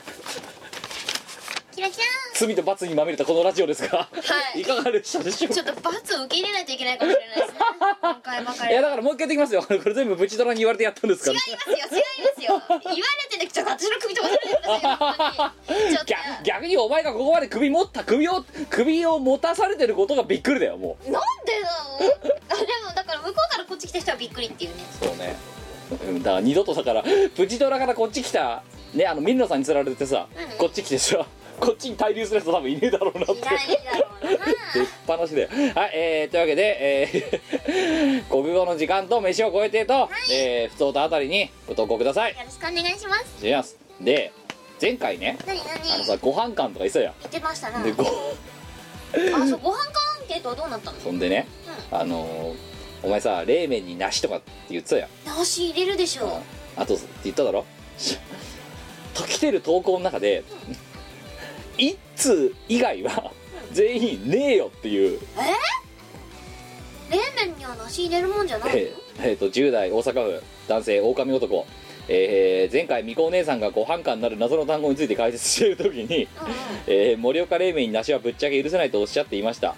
Speaker 2: キラキラ
Speaker 1: 罪と罰にまみれたこのラジオですが、
Speaker 2: はい
Speaker 1: いかがでしたでしょう
Speaker 2: ーちょっと罰を受け入れないといけないかもしれないですね今回ばか
Speaker 1: い
Speaker 2: り
Speaker 1: や
Speaker 2: は
Speaker 1: だからもう一回やってきますよこれ全部ブチドラに言われてやったんですから、ね、
Speaker 2: 違いますよ違いますよ言われてねちょっと私の首飛ばされてくださいよ 本当にちょっと
Speaker 1: 逆逆にお前がここまで首持った首を首を持たされてることがびっくりだよも
Speaker 2: なんでだろうあでもだから向こうからこっち来た人はびっくりっていうね
Speaker 1: うそうねうんだから二度とだからプチドラからこっち来たねあのミルノさんに釣られてさ、
Speaker 2: うん
Speaker 1: こっち来てさこっちに滞留するやつ多分いねえだろうなって
Speaker 2: いないだろうな
Speaker 1: 出っ放しだよはいえー、というわけで、えー 国語の時間と飯を超えてと、えー、普通とあたりにご投稿ください
Speaker 2: よろしくお願いします
Speaker 1: しますで前回ね
Speaker 2: 何
Speaker 1: あの
Speaker 2: 何
Speaker 1: さご飯館とか言ってたや
Speaker 2: 言ってました
Speaker 1: ん
Speaker 2: な
Speaker 1: でご
Speaker 2: あそうご飯関係とはどうなったの
Speaker 1: そんでねあのーお前さ冷麺に梨とかって言ってたやん
Speaker 2: 直し入れるでしょ
Speaker 1: あとって言っただろ しと来てる投稿の中で一通以外は 全員ねえよっていう
Speaker 2: 冷麺には梨入れるもんじゃない
Speaker 1: えーえーと10代大阪府男性狼男えー前回みこお姉さんがご飯感になる謎の単語について解説している時に、
Speaker 2: うんうんは
Speaker 1: えー盛岡冷麺に梨はぶっちゃけ許せないとおっしゃっていました、
Speaker 2: い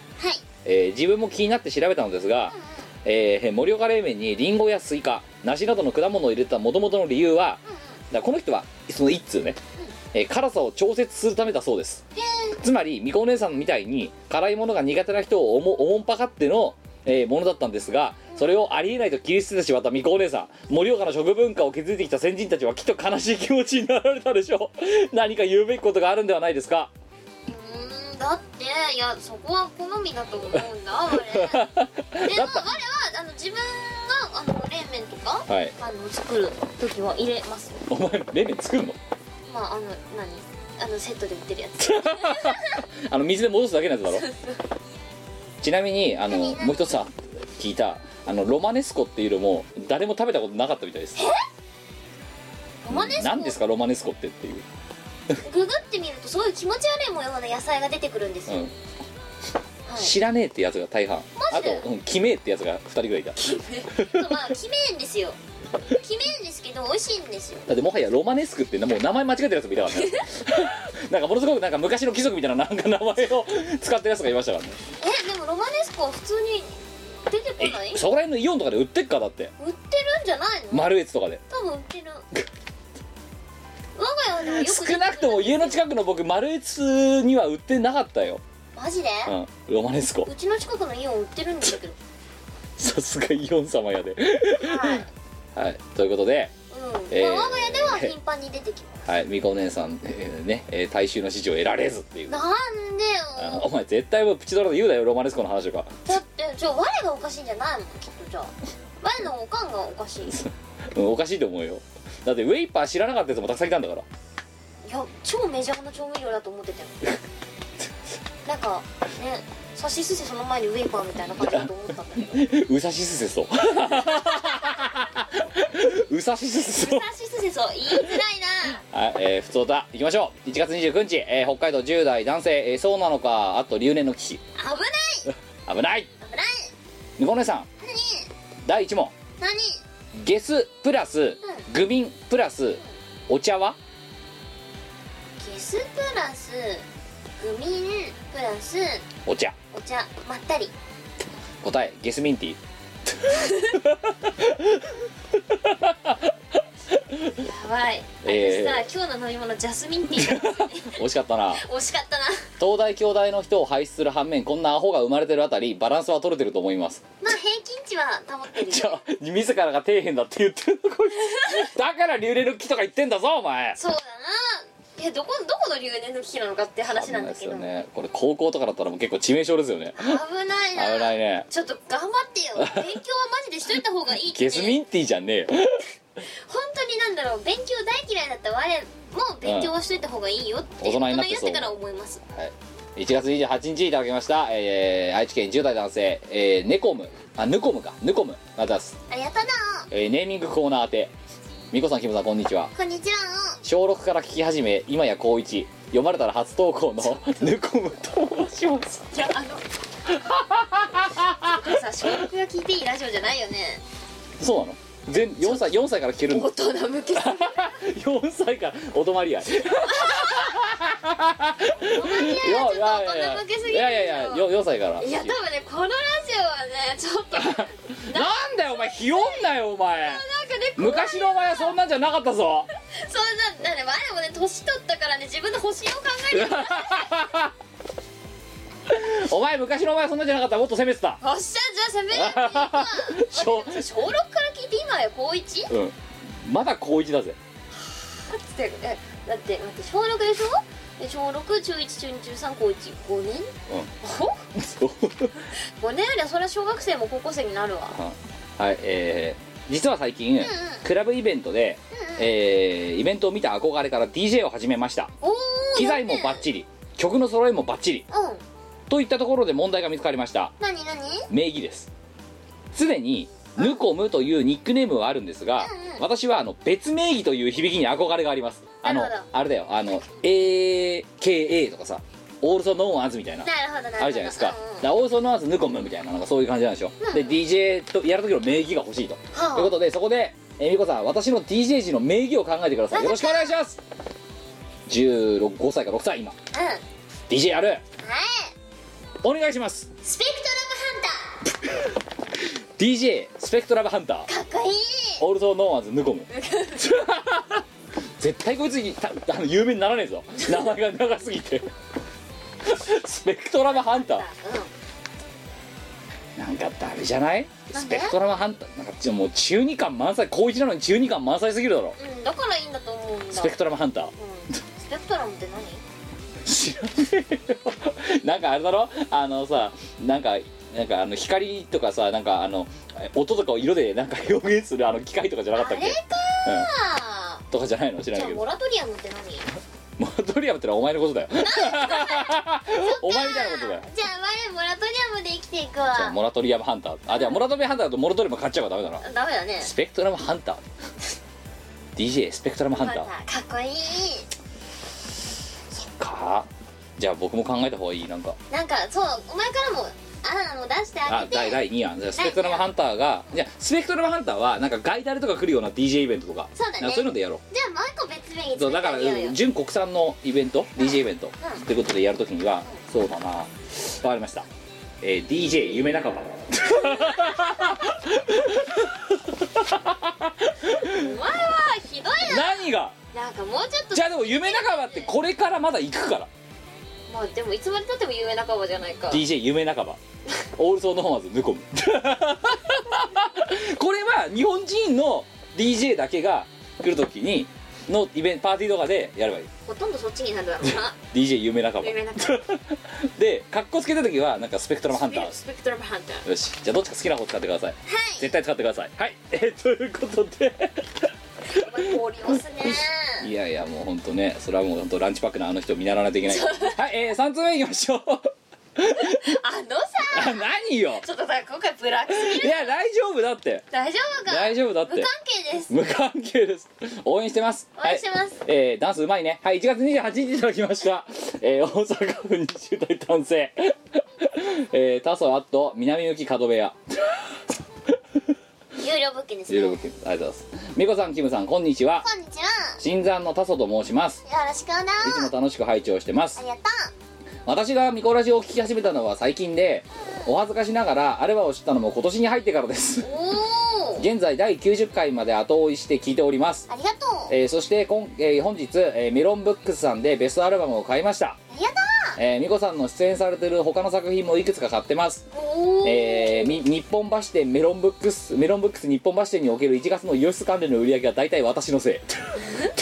Speaker 1: えー自分も気になって調べたのですが、えー盛岡冷麺にリンゴやスイカ梨などの果物を入れたもともとの理由は、だからこの人はその一通ね、えー辛さを調節するためだそうですつまりみこお姉さんみたいに辛いものが苦手な人をおもおもんぱかっての、えーものだったんですがそれをありえないと切り捨ててしまったみこお姉さん盛岡の食文化を築いてきた先人たちはきっと悲しい気持ちになられたでしょう 何か言うべきことがあるんではないですか
Speaker 2: うーんだっていやそこは好みだと思うんだ 我で
Speaker 1: だ
Speaker 2: も
Speaker 1: っ
Speaker 2: 我はあの自分があの冷麺とか
Speaker 1: はい
Speaker 2: あの作る時は入れますよ
Speaker 1: お前冷麺作るの
Speaker 2: まああの何あのセットで売ってるや つ
Speaker 1: あの水で戻すだけのやつだろちなみにあのもう一つさ聞いたあのロマネスコっていうのも誰も食べたことなかったみたいです
Speaker 2: ロマネスコ
Speaker 1: 何ですかロマネスコってっていう、
Speaker 2: ググってみるとすごい気持ち悪い模様の野菜が出てくるんです
Speaker 1: う
Speaker 2: よ、
Speaker 1: ん、
Speaker 2: はい
Speaker 1: 知らねえってやつが大半あ
Speaker 2: マジで
Speaker 1: と、うん、キメえってやつが2人ぐらいいただ
Speaker 2: まあきめえんですよきめえんですけど美味しいんですよ
Speaker 1: ってもはやロマネスクってもう名前間違えてるやつもいたか らねなんかものすごくなんか昔の貴族みたいななんか名前を使ってるやつがいましたからね
Speaker 2: えでもロマネスコは普通に出てこない
Speaker 1: えそこら辺のイオンとかで売ってっかだって
Speaker 2: 売ってるんじゃないの、
Speaker 1: 丸越とかで
Speaker 2: 多分売ってる我が家でもよく出てく
Speaker 1: 少
Speaker 2: る
Speaker 1: なくとも家の近くの僕丸越には売ってなかったよ、
Speaker 2: マジで、
Speaker 1: うん、ロマネスコ
Speaker 2: うちの近くのイオン売ってるんだけど
Speaker 1: さすがイオン様やで
Speaker 2: はい、うん
Speaker 1: はいということで、えー
Speaker 2: まあ、我が家では頻繁に出てきます
Speaker 1: はい、みこお姉さん、えーね、えー大衆の支持を得られずっていう
Speaker 2: なんで
Speaker 1: あ
Speaker 2: よ
Speaker 1: のお前絶対もうプチドラで言うだよロマネスコの話とか
Speaker 2: だってじゃあ我がおかしいんじゃないもんきっとじゃあ我のおかんがおかしいい
Speaker 1: うんおかしいと思うよだってウェイパー知らなかったやつもたくさんいたんだから
Speaker 2: や超メジャーな調味料だと思って たよなんかねさしすせその前にウェイパーみたいな感じだと思ったん だけど
Speaker 1: うさしすせそううさしすせそう
Speaker 2: さしすせそ言いづらいな
Speaker 1: はい、えー、普通だ行きましょう1月29日、えー北海道10代男性、えーそうなのかあと留年の危機
Speaker 2: 危ない
Speaker 1: 危ない
Speaker 2: 危ない
Speaker 1: みこお姉さん第1問
Speaker 2: 何何
Speaker 1: ゲスプラスグミンプラスお茶は
Speaker 2: ゲスプラスグミンプラス
Speaker 1: お茶
Speaker 2: お茶まったり
Speaker 1: 答えゲスミンティー
Speaker 2: やばい
Speaker 1: え
Speaker 2: 私さ、今日の飲み物ジャスミンティーだったね
Speaker 1: 惜しかっ たな
Speaker 2: 惜しかったな
Speaker 1: 東大京大の人を輩出する反面こんなアホが生まれてるあたりバランスは取れてると思います
Speaker 2: まあ平均値は保ってる
Speaker 1: じゃ
Speaker 2: よ
Speaker 1: あ自らが底辺だって言ってるのこいつだから流れの木とか言ってんだぞお前
Speaker 2: そうだないやどこどこの留年の危機なのかって話なんだけ
Speaker 1: 危
Speaker 2: ど、
Speaker 1: ないですよねこれ高校とかだったらもう結構致命傷ですよね
Speaker 2: 危ない
Speaker 1: 危
Speaker 2: な
Speaker 1: ないね
Speaker 2: ちょっと頑張って よ勉強はマジでしといた方 がいいって
Speaker 1: ゲスミンティーじゃねえよ
Speaker 2: 本当になんだろう勉強大嫌いだった我も勉強はしといた方がいいよって、
Speaker 1: うん大人になってそう
Speaker 2: 大人から思います
Speaker 1: 1月28日いただきました、えー愛知県10代男性、えーネコムあヌコムかヌコムが出す、
Speaker 2: ありがとうな
Speaker 1: えーネーミングコーナー宛てみこさんキムさんこんにちは
Speaker 2: こんにちは
Speaker 1: 小6から聞き始め今や高1読まれたら初投稿の ヌコムと申します
Speaker 2: いやあのこれさ小6が聞いていいラジオじゃないよ ね
Speaker 1: そうなの全4歳4歳から聞けるんだ
Speaker 2: 大人向けすぎる
Speaker 1: 4歳からお泊まり合い
Speaker 2: おまけはちょっと大人向けすぎる
Speaker 1: いやいやいやいやいやいやいやよ4歳から
Speaker 2: いや多分ねこのラジオはねちょ っとなんかね
Speaker 1: なんだよお前ひよんなよお
Speaker 2: 怖
Speaker 1: 前
Speaker 2: い
Speaker 1: 昔のお前はそんなんじゃなかったぞ
Speaker 2: そんななんで我もね年取ったからね自分の星を考える
Speaker 1: お前昔のお前はそんなんじゃなかったもっと攻めてた
Speaker 2: おっしゃじゃあ攻めるっていいか小6
Speaker 1: 小
Speaker 2: から聞いて今や高 1?
Speaker 1: うんまだ高1だぜ
Speaker 2: だってえだって待って小6でしょで小6中1中2中3高15年
Speaker 1: うんそう
Speaker 2: 5年ありゃそりゃ小学生も高校生になるわ
Speaker 1: はいえー実は最近、クラブイベントで、えーイベントを見た憧れから DJ を始めました
Speaker 2: おお
Speaker 1: 機材もバッチリ曲の揃えもバッチリ
Speaker 2: うん
Speaker 1: といったところで問題が見つかりました
Speaker 2: 何何
Speaker 1: 名義ですすでにヌコムというニックネームはあるんですが、
Speaker 2: うんうん
Speaker 1: 私はあの別名義という響きに憧れがありますあの
Speaker 2: なるほ
Speaker 1: あれだよあの AKA とかさオールソノーアンズみたいな
Speaker 2: なるほどなるほど
Speaker 1: あるじゃないですか,、
Speaker 2: うんうん
Speaker 1: だオーソノーアンズヌコムみたいななんかそういう感じなんでしょ、で DJ とやるときの名義が欲しいと、
Speaker 2: はあ
Speaker 1: ということでそこでえみこさん私の DJ 時の名義を考えてくださいよろしくお願いします16 5歳か6歳今
Speaker 2: うんは
Speaker 1: DJ やる
Speaker 2: い
Speaker 1: お願いします
Speaker 2: スペクト
Speaker 1: DJ スペクトラムハンター
Speaker 2: ラムハンターかっこいい
Speaker 1: オールソーノーアンズヌコム絶対こいつにたあの有名にならねえぞ名前が長すぎてスペクトラムハンタ
Speaker 2: う
Speaker 1: ーなんかダメじゃない
Speaker 2: なん
Speaker 1: ス
Speaker 2: で
Speaker 1: ペクトラムハンターなんかちょもう中二感満載高一なのに中二感満載すぎるだろ
Speaker 2: ん、うん、だからいいんだと思うんだ
Speaker 1: スペクトラムハンター
Speaker 2: うんスペクトラムって何
Speaker 1: 知らねえよ なんかあれだろあのさなんかなんかあの光とかさなんかあの音とかを色でなんか表現するあの機械とかじゃなかったっけ
Speaker 2: あれあ
Speaker 1: うんとかじゃないの知
Speaker 2: ー
Speaker 1: ら
Speaker 2: じゃ
Speaker 1: ない
Speaker 2: あ
Speaker 1: けど
Speaker 2: モラトリアムって何
Speaker 1: モラトリアムってのはお前のことだよ お前みたいなことだよ
Speaker 2: じゃあ我モラトリアムで生きていく
Speaker 1: じゃあ
Speaker 2: わ
Speaker 1: モラトリアムハンターあではモラトリアムハンターだとモラトリアム買っちゃうからダメだな
Speaker 2: ダメだね
Speaker 1: スペクトラムハン ター DJ スペクトラムハンター
Speaker 2: かっこいい
Speaker 1: そっかじゃあ僕も考えた方がいいなんか
Speaker 2: なんかそうお前からもあなの出してあ
Speaker 1: あ
Speaker 2: げて
Speaker 1: 第第2案じゃあスペクトラムハンターがじゃあスペクトラムハンターはなんかガイダレとか来るような DJ イベントとか
Speaker 2: そうだね
Speaker 1: なんかそういうのでやろう
Speaker 2: じゃあもう一個別名義
Speaker 1: そ
Speaker 2: 作
Speaker 1: う
Speaker 2: っ
Speaker 1: だ
Speaker 2: て
Speaker 1: か
Speaker 2: あ
Speaker 1: ら
Speaker 2: げようよ
Speaker 1: 純国産のイベント DJ イベント
Speaker 2: うん
Speaker 1: ということでやるときにはそうだなわかりました、えー DJ 夢仲間
Speaker 2: お前はひどい
Speaker 1: 何が
Speaker 2: ななんかもうちょっと
Speaker 1: じゃあでも夢仲間ってこれからまだ行くから
Speaker 2: まあでもいつまでたっても有名仲間じゃないか
Speaker 1: DJ 夢仲間オールソーノーマーズヌ コムこれは日本人の DJ だけが来るときにのイベントパーティーとかでやればいい
Speaker 2: ほとんどそっちになるだろうな
Speaker 1: DJ 夢仲間
Speaker 2: 有名仲間
Speaker 1: でかっこつけた時はなんかスペクトラムハンター
Speaker 2: スペクトラムハンター
Speaker 1: よしじゃあどっちか好きな方使ってください、絶対使ってくださいはい えーということで
Speaker 2: お前氷押すね
Speaker 1: いやいやもう本当ねそれはもう本当ランチパックのあの人を見習わないといけないからはいえー、3つ目いきましょう
Speaker 2: あの
Speaker 1: あ
Speaker 2: さ
Speaker 1: 何よ
Speaker 2: ちょっとさ今回ブラックすぎ
Speaker 1: い
Speaker 2: る
Speaker 1: や大丈夫だって
Speaker 2: 大丈夫か
Speaker 1: 大丈夫だって
Speaker 2: 無関係です
Speaker 1: 無関係です応援してます
Speaker 2: 応援してます
Speaker 1: はい、えーダンスうまいねはい1月28日いただきました、えー大阪府20代男性えー、タソアット南向き角部屋
Speaker 2: 有料物件です
Speaker 1: 16
Speaker 2: ね
Speaker 1: ありがとうございます美子さんキムさんこんにちは
Speaker 2: こんにちは
Speaker 1: 新参のタソと申します
Speaker 2: よろしくない
Speaker 1: つも楽しく拝聴してま
Speaker 2: あ
Speaker 1: す
Speaker 2: りがと
Speaker 1: 私がミコラジを聞き始めたのは最近でお恥ずかしながらアルバを知ったのも今年に入ってからです
Speaker 2: うおお
Speaker 1: 現在第90回まで後追いして聞いております
Speaker 2: ありがとう
Speaker 1: えーそして今、えー本日、えーメロンブックスさんでベストアルバムを買いました
Speaker 2: ありがと
Speaker 1: えー美子さんの出演されてる他の作品もいくつか買ってます
Speaker 2: うおお
Speaker 1: えーみ日本橋店メロンブックスメロンブックス日本橋店における1月の輸出関連の売り上げは大体私の せい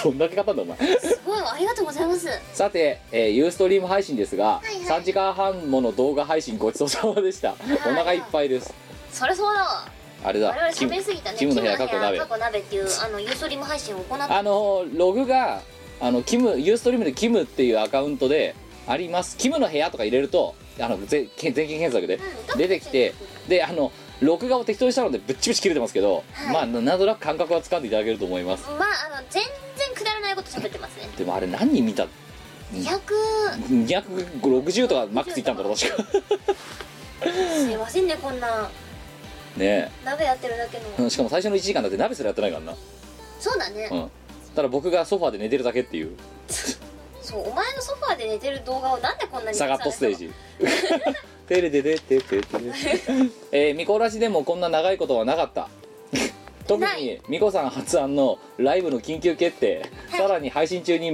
Speaker 1: どんだけ買ったんだお前
Speaker 2: すごいありがとうございます
Speaker 1: さて、えー、ユーストリーム配信ですが、
Speaker 2: はいはい
Speaker 1: 3時間半もの動画配信ごちそうさまでした、お腹いっぱいです
Speaker 2: それそうだわ
Speaker 1: あれだ
Speaker 2: 我々
Speaker 1: キム
Speaker 2: 喋りすぎたね
Speaker 1: キムの部屋
Speaker 2: キ
Speaker 1: 過
Speaker 2: ム
Speaker 1: 去
Speaker 2: の部
Speaker 1: 鍋
Speaker 2: 屋過去鍋っていうあのユーストリーム配信を行った
Speaker 1: あのーログがあのキムユーストリームでキムっていうアカウントでありますキムの部屋とか入れるとあのぜけ全件検索で
Speaker 2: うん
Speaker 1: 出てきてであの録画を適当にしたのでぶっちぶち切れてますけど、
Speaker 2: はい
Speaker 1: まあななんとなく感覚はつかんでいただけると思います
Speaker 2: まああの全然くだらないこと喋ってますね
Speaker 1: でもあれ何人見た
Speaker 2: 200
Speaker 1: 260とかマックスいったんだろ確か
Speaker 2: すいませんねこんな
Speaker 1: ね
Speaker 2: 鍋やってるだけ
Speaker 1: えう
Speaker 2: の
Speaker 1: んしかも最初の1時間だって鍋すらやってないからな
Speaker 2: そうだね
Speaker 1: うんただ僕がソファーで寝てるだけっていう
Speaker 2: そうお前のソファーで寝てる動画をなんでこんなに
Speaker 1: サガットステージテレデデテテテ えー、ミコラジでもこんな長いことはなかった 特にミコさん発案のライブの緊急決定さらに配信中に、え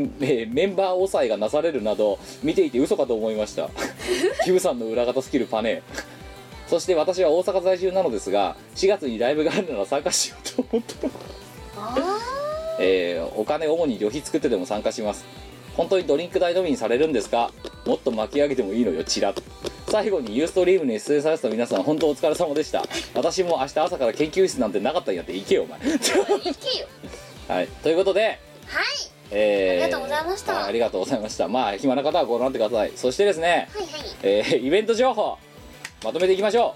Speaker 1: ーメンバー抑えがなされるなど見ていて嘘かと思いました キムさんの裏方スキルパネそして私は大阪在住なのですが4月にライブがあるなら参加しようと思ってます
Speaker 2: あ
Speaker 1: えーお金主に旅費作ってでも参加します本当にドリンク代のみにされるんですかもっと巻き上げてもいいのよチラッ最後にユーストリームに出演されてた皆さん本当お疲れ様でした私も明日朝から研究室なんてなかったんやって行けよお前
Speaker 2: いけよ
Speaker 1: はいということで
Speaker 2: はい
Speaker 1: えー
Speaker 2: ありがとうございました
Speaker 1: はいありがとうございましたまあ暇な方はご覧になってくださいそしてですね、
Speaker 2: はいはい
Speaker 1: えーイベント情報まとめていきましょ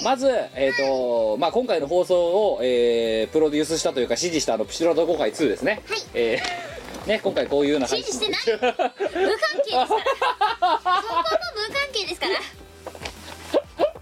Speaker 1: う、まず、えーとまあ、今回の放送を、えープロデュースしたというか指示したあのプチドラ同好会2ですね、
Speaker 2: はい
Speaker 1: えーね今回こういうような
Speaker 2: 指示してない無関係ですからそこも無関係ですから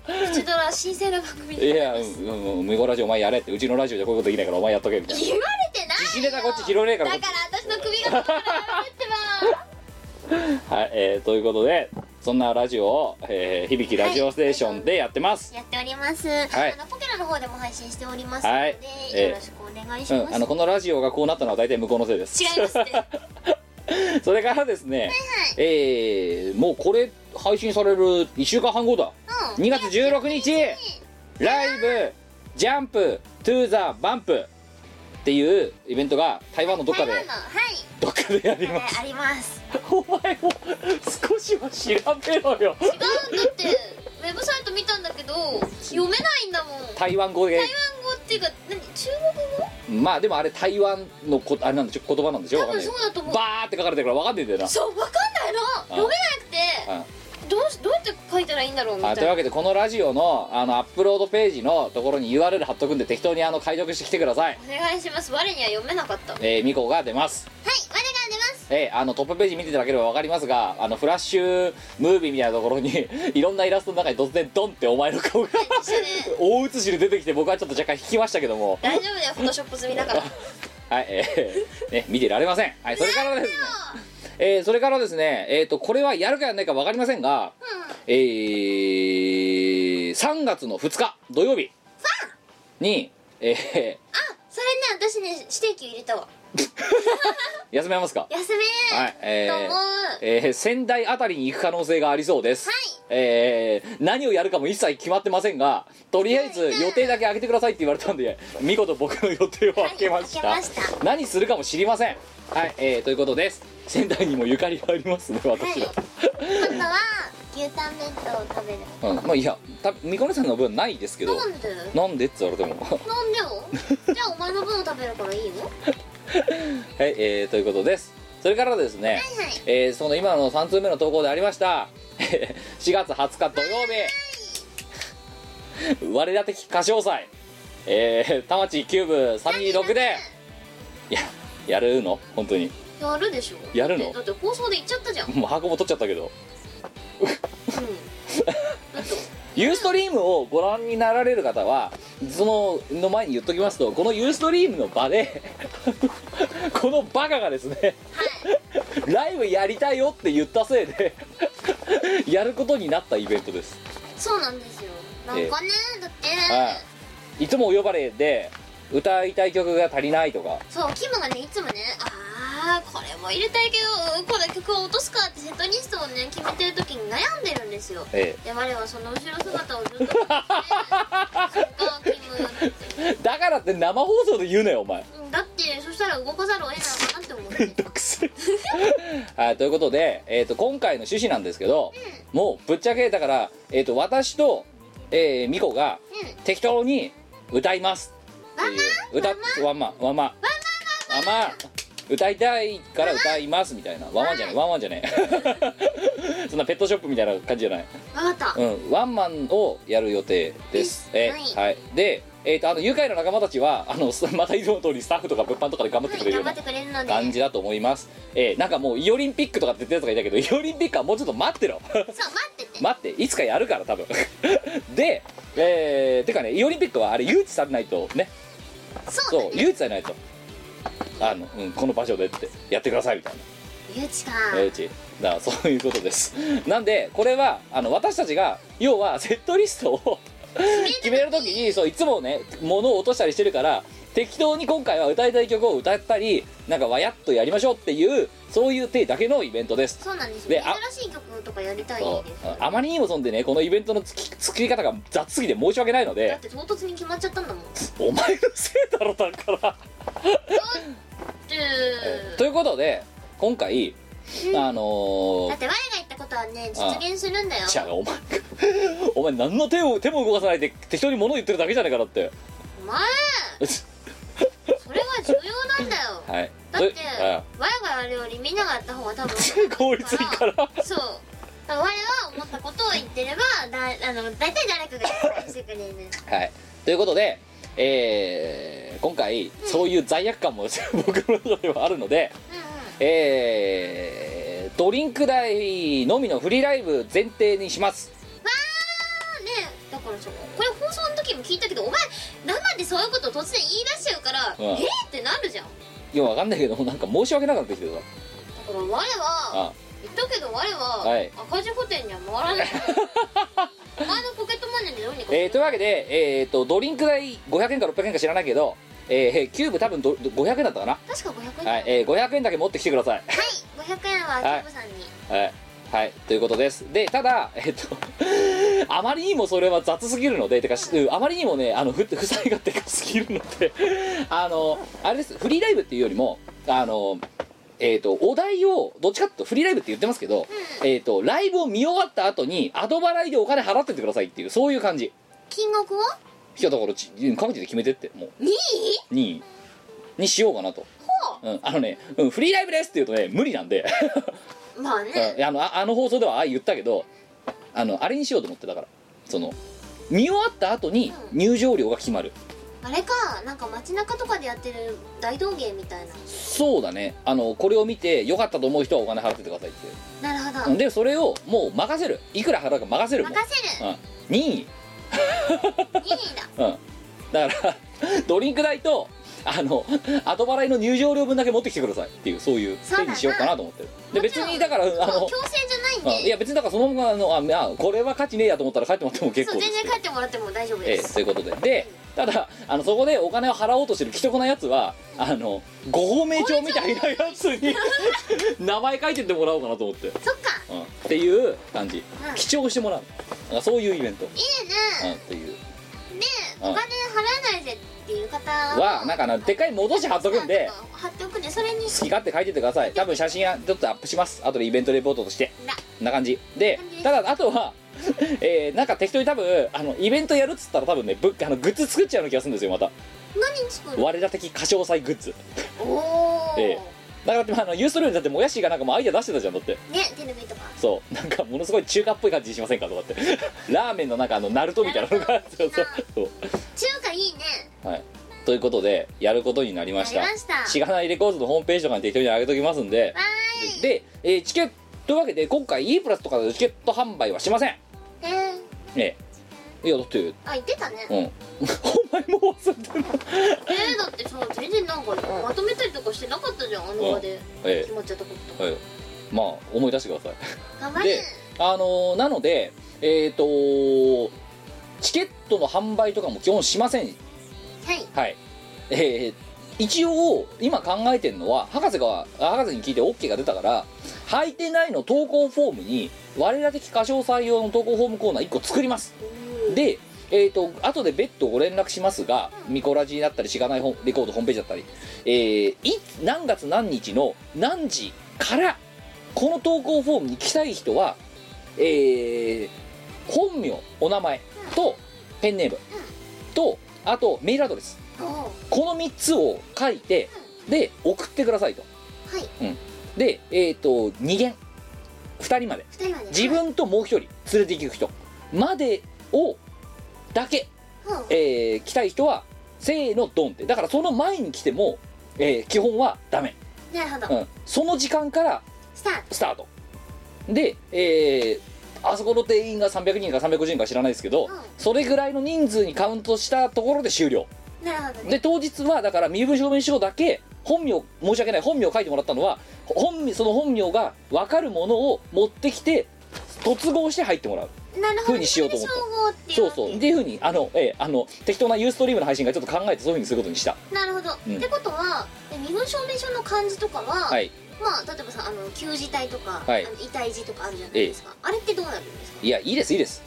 Speaker 2: プチドラ神聖な番組
Speaker 1: い
Speaker 2: で
Speaker 1: や、うんうん、無ゴラジオお前やれってうちのラジオじゃこういうことできないからお前やっとけみたいな
Speaker 2: 言われてないよ
Speaker 1: 自信ネタこっち拾えねえからこ
Speaker 2: だ
Speaker 1: っ
Speaker 2: から私の首がだからやめてば
Speaker 1: ちはい、えーということでそんなラジオを、えー響きラジオステーションでやってます、
Speaker 2: やっております、
Speaker 1: い
Speaker 2: あのポケラの方でも配信しておりますので、
Speaker 1: はいええ
Speaker 2: よろしくお願いします、
Speaker 1: うん、あのこのラジオがこうなったのは大体向こうのせいです
Speaker 2: 違いますって
Speaker 1: それからですね、えーもうこれ配信される1週間半後だ
Speaker 2: うん
Speaker 1: 2月16日ライブジャンプトゥーザバンプっていうイベントが台湾のどっかで
Speaker 2: 台湾のはい
Speaker 1: どっかでやり
Speaker 2: え
Speaker 1: ます
Speaker 2: ーあります
Speaker 1: お前も少しは調べろよ
Speaker 2: 違うんだってウェブサイト見たんだけど読めないんだもん台
Speaker 1: 台湾語で
Speaker 2: 湾語っていうか何中
Speaker 1: まあでもあれ台湾のこあれなんでしょ言葉なんでしょ
Speaker 2: 国語
Speaker 1: わ
Speaker 2: 多分そうだ
Speaker 1: かんない
Speaker 2: と思う
Speaker 1: バーって書かれてるからわかんないんだよな
Speaker 2: そうわかんないの読めなくてどうしどうやって書いたらいいんだろうみた
Speaker 1: あ
Speaker 2: い
Speaker 1: という
Speaker 2: な
Speaker 1: わけでこのラジオのあのアップロードページのところに URL 貼っとくんで適当にあの解読してきてください
Speaker 2: お願いします我には読めなかったはい
Speaker 1: えー、ミコが出ます
Speaker 2: 我が出ます
Speaker 1: えーあのトップページ見ていただければ分かりますがあのフラッシュムービーみたいなところに いろんなイラストの中に突然ドンってお前の顔が
Speaker 2: 一緒で
Speaker 1: 大写しで出てきて僕はちょっと若干引きましたけども
Speaker 2: 大丈夫だよフォトショップ済みだから
Speaker 1: はいえーね、見てられませんはいそれからですねえーそれからですねえっ、とこれはやるかやらないか分かりませんが、えー、3月の2日土曜日に
Speaker 2: あ
Speaker 1: え
Speaker 2: それね私ね指定球入れたわ
Speaker 1: ー休めますか
Speaker 2: 休め
Speaker 1: はいえ
Speaker 2: と
Speaker 1: ー
Speaker 2: 思う
Speaker 1: えー仙台あたりに行く可能性がありそうです、
Speaker 2: はい
Speaker 1: えー何をやるかも一切決まってませんがとりあえず予定だけ開けてくださいって言われたんで見事僕の予定を開けました,、
Speaker 2: はい開けました
Speaker 1: 何するかも知りませんはい、えーということです仙台にもゆかりがありますね私は、
Speaker 2: 今度は牛タン弁当を食べる
Speaker 1: うんまあいやたみこねさんの分ないですけど
Speaker 2: なんで
Speaker 1: なんでって言われても
Speaker 2: なんでよじゃあお前の分を食べるからいいよ
Speaker 1: はい、えーということですそれからですね、えーその今の3通目の投稿でありました えー4月20日土曜日我ら的歌唱祭えー、田町キューブ326でいややるの本当に
Speaker 2: やるでしょ
Speaker 1: やるの
Speaker 2: だって放送で言っちゃったじゃんうん
Speaker 1: もう箱も取っちゃったけどユーストリームをご覧になられる方はそのの前に言っときますとこのユーストリームの場で このバカがですね、ライブやりたいよって言ったせいでやることになったイベントです、
Speaker 2: そうなんですよなんかねだって
Speaker 1: はい、いつもお呼ばれで歌いたい曲が足りないとか
Speaker 2: そうキムがねいつもねあーこれも入れたいけどこれ曲を落とすかってセットリストをね決めてる時に悩んでるんですよ
Speaker 1: え
Speaker 2: で我はその後ろ姿をずっと見てそっかキム
Speaker 1: だからって生放送で言うなよお 前
Speaker 2: うんだってそしたら動かざるを得ないかなって思って
Speaker 1: どくせえはいということで、えー、と今回の趣旨なんですけど、もうぶっちゃけだから、えー、と私と、えー、ミコが
Speaker 2: う
Speaker 1: 適当に歌いますっていう歌っワンマンワンマンワンマン歌いたいから歌いますみたいなワンマンじゃないワンマンじゃない そんなペットショップみたいな感じじゃない
Speaker 2: 分かった
Speaker 1: うん、ワンマンをやる予定です。え
Speaker 2: はい
Speaker 1: はい、で、えっ、と、あの愉快な仲間たちは、あの、 すまた以上の通り、スタッフとか物販とかで頑張ってくれるよ
Speaker 2: 頑張
Speaker 1: うな
Speaker 2: ってくれるので
Speaker 1: 感じだと思います。えーなんかもう、イオリンピックとかって言ってるやつがいたけど、イオリンピックはもうちょっと待ってろ。
Speaker 2: そう待ってて
Speaker 1: 待って、いつかやるから、多分。 で、えー、てかね、イオリンピックはあれ、誘致されないと、ね、
Speaker 2: そうだ
Speaker 1: そう、
Speaker 2: ね
Speaker 1: 誘致されないと。あの、うん、この場所でって、やってくださいみたいな。
Speaker 2: ゆうちか
Speaker 1: えーうちだから そういうことですなんでこれはあの私たちが要はセットリストを決めるときにそういつもね物を落としたりしてるから適当に今回は歌いたい曲を歌ったりなんかわやっとやりましょうっていうそういう手だけのイベントです
Speaker 2: そうなんです
Speaker 1: で
Speaker 2: よ
Speaker 1: あ
Speaker 2: 新しい曲とかやりたい
Speaker 1: そ
Speaker 2: です
Speaker 1: うあまりにもそんでねこのイベントのつき作り方が雑すぎて申し訳ないの
Speaker 2: だ
Speaker 1: で
Speaker 2: って唐突に決まっちゃったんだもんで
Speaker 1: お前のせいだろだからということで今回あのー
Speaker 3: だって我が言ったことはね実現するんだよ
Speaker 1: じゃあお前 お前何の手を手も動かさないで適当に物言ってるだけじゃねえかだって
Speaker 3: お前それは重要なんだよ
Speaker 1: はい
Speaker 3: だって
Speaker 1: それあ
Speaker 3: 我がやるよりみんながやった方が多分
Speaker 1: 効率い いから
Speaker 3: そうだから我は思ったことを言ってればだあの大体誰かがやってくれる
Speaker 1: はいということでえー今回そういう罪悪感も 僕の中ではあるので
Speaker 3: うんうん
Speaker 1: えードリンク代のみのフリーライブ前提にします
Speaker 3: ねだからさこれ放送の時も聞いたけどお前生でそういうこと突然言い出しちゃうから、
Speaker 1: うん
Speaker 3: えーってなるじゃんだ
Speaker 1: いやわかんないけどなんか申し訳なくなってきてるから
Speaker 3: から我は
Speaker 1: あ
Speaker 3: 言ったけど我は、
Speaker 1: はい
Speaker 3: 赤字補填には回 らないお前のポケットマネーでどうにかする
Speaker 1: えーというわけで、えー、とドリンク代500円か600円か知らないけど、えーキューブ多分どど500円だったかな、
Speaker 3: 確か500円
Speaker 1: はいえー500円だけ持ってきてください
Speaker 3: はい、500円はキューブさんに、
Speaker 1: はい、はい、ということですでただ、 えー、とあまりにもそれは雑すぎるのでてかしうんあまりにもねあのふ負債がでかすぎるので あのあれですフリーライブっていうよりもあのえー、とお題をどっちかっていうとフリーライブって言ってますけど、えー、とライブを見終わった後に後払いでお金払ってってくださいっていうそういう感じ
Speaker 3: 金額はい
Speaker 1: やだからちうん各自で決めてってもう
Speaker 3: 2位
Speaker 1: ににしようかなと、うん、あのね、うん「フリーライブです」って言うとね無理なんで、
Speaker 3: まあね、
Speaker 1: うんあのああの放送ではああ言ったけどあのあれにしようと思ってだからその見終わった後に
Speaker 3: うん
Speaker 1: 入場料が決まる、
Speaker 3: あれかなんか街中とかでやってる大道芸みたいな
Speaker 1: そうだねあのこれを見て良かったと思う人はお金払ってってくださいって、
Speaker 3: なるほ
Speaker 1: う
Speaker 3: ど
Speaker 1: んでそれをもう任せるいくら払うか任せるもう
Speaker 3: 任せ
Speaker 1: う
Speaker 3: る
Speaker 1: ん、任意
Speaker 3: 2位だ
Speaker 1: うんだから ドリンク代とあの後払いの入場料分だけ持ってきてくださいっていうそういう手にしようかなと思ってるで
Speaker 3: もち
Speaker 1: 別
Speaker 3: ろん
Speaker 1: にだからあ
Speaker 3: そう
Speaker 1: の
Speaker 3: 強制じゃ
Speaker 1: あ
Speaker 3: ないん
Speaker 1: い
Speaker 3: で
Speaker 1: や別にだからそのままあのあまあこれは価値ねえやと思ったら帰ってもらっても結構
Speaker 3: そう
Speaker 1: で
Speaker 3: 全
Speaker 1: す
Speaker 3: 然帰ってもらっても大丈
Speaker 1: え
Speaker 3: 夫
Speaker 1: え
Speaker 3: です、
Speaker 1: ということででただあのそこでお金を払おうとしてる既得なやつはあのご褒美帳みたいなやつに名前書いてってもらおうかなと思って、う
Speaker 3: そっか
Speaker 1: ん、っていう感じ
Speaker 3: うん
Speaker 1: 記帳してもらうなんかそういうイベント、う
Speaker 3: いいね
Speaker 1: ん、っていう
Speaker 3: ねお
Speaker 1: うん
Speaker 3: 金払えないぜっていう方
Speaker 1: はなんかあのでっかい戻し貼っとくんで
Speaker 3: 貼っておくんでそれ
Speaker 1: 好
Speaker 3: に
Speaker 1: き勝手書いてってください多分写真はちょっとアップします後でイベントレポートとして
Speaker 3: な
Speaker 1: こんな感じで
Speaker 3: こんな感じ
Speaker 1: ただあとはえーなんか適当に多分あのイベントやるっつったら多分ねぶあのグッズ作っちゃうような気がするんですよまた
Speaker 3: 何作る
Speaker 1: 我ら的歌唱祭グッズ
Speaker 3: おお、
Speaker 1: えだからだってあのユーストリームだってもやしがなんかもうアイデア出してたじゃんだって
Speaker 3: ね手ぬぐいとか
Speaker 1: そうなんかものすごい中華っぽい感じしませんかとかって ラーメンの中あのナルトみたいなのがそうそう そう
Speaker 3: 中華いいね
Speaker 1: はいということでやることになりました
Speaker 3: やりました
Speaker 1: しがないレコーズのホームページとかに適当に上げときますんで
Speaker 3: わーい
Speaker 1: で、えーチケットというわけで今回 E プラスとかでチケット販売はしません
Speaker 3: えー、
Speaker 1: ええいやだってうん
Speaker 3: あ言ってたね
Speaker 1: お前もう忘れてる
Speaker 3: えー、だってさ全然なんかまとめたりとかしてなかったじゃんあの場で
Speaker 1: え
Speaker 3: 決まっちゃったこと
Speaker 1: え、ええ、まあ思い出してください
Speaker 3: 頑張れ
Speaker 1: であのーなのでえっ、とチケットの販売とかも基本しません
Speaker 3: はい
Speaker 1: はいえー一応今考えてるのは博士が博士に聞いて OK が出たから「履いてない」の投稿フォームに我ら的歌唱採用の投稿フォームコーナー1個作りますでえー、と後で別途ご連絡しますが、ミコラジだったり、しがないほんレコードホームページだったり、えーい何月何日の何時から、この投稿フォームに来たい人は、えー本名、お名前と、ペンネームと、あとメールアドレス、
Speaker 3: おーは
Speaker 1: この3つを書いて、で、送ってくださいと。
Speaker 3: い
Speaker 1: で、えー、と2限、2人まで。
Speaker 3: 二人はね
Speaker 1: 自分ともう1人連れて行く人までをだけ、
Speaker 3: うん
Speaker 1: えー来たい人はせーのドンってだからその前に来ても、えー基本はダメ、
Speaker 3: なるほど、
Speaker 1: うん、その時間から
Speaker 3: スタート
Speaker 1: スタートで、えーあそこの定員が300人か350人か知らないですけど、
Speaker 3: うん
Speaker 1: それぐらいの人数にカウントしたところで終了
Speaker 3: なるほどね
Speaker 1: で当日はだから身分証明書だけ本名申し訳ない本名を書いてもらったのは本名その本名が分かるものを持ってきて突合して入ってもらう
Speaker 3: なるほど
Speaker 1: ふうにしようと思った
Speaker 3: 総合ってい
Speaker 1: そうう
Speaker 3: わけ
Speaker 1: そうっていうふうにあの、ええあの適当なユーストリームの配信がちょっと考えてそういうふうにすることにした
Speaker 3: なるほど、
Speaker 1: うん
Speaker 3: ってことはえ身分証明書の漢字とかは、
Speaker 1: はい
Speaker 3: まあ例えばさあの旧字体とか、
Speaker 1: はい
Speaker 3: あの遺体字とかあるじゃないですか、あれってどうなるんですか
Speaker 1: いやいいですいいです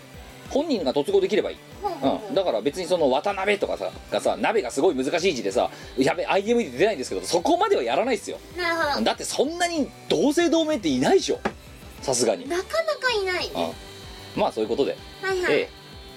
Speaker 1: 本人が突合できればいい
Speaker 2: ほうほうほう
Speaker 1: うん、だから別にその渡辺とかさがさ鍋がすごい難しい字でさやべ IME で出ないんですけどそこまではやらないですよ
Speaker 2: なるほど
Speaker 1: だってそんなに同姓同名っていないでしょさすがに、
Speaker 2: なかなかいないね
Speaker 1: うん、まあそういうことで
Speaker 2: はいはい、
Speaker 1: ええ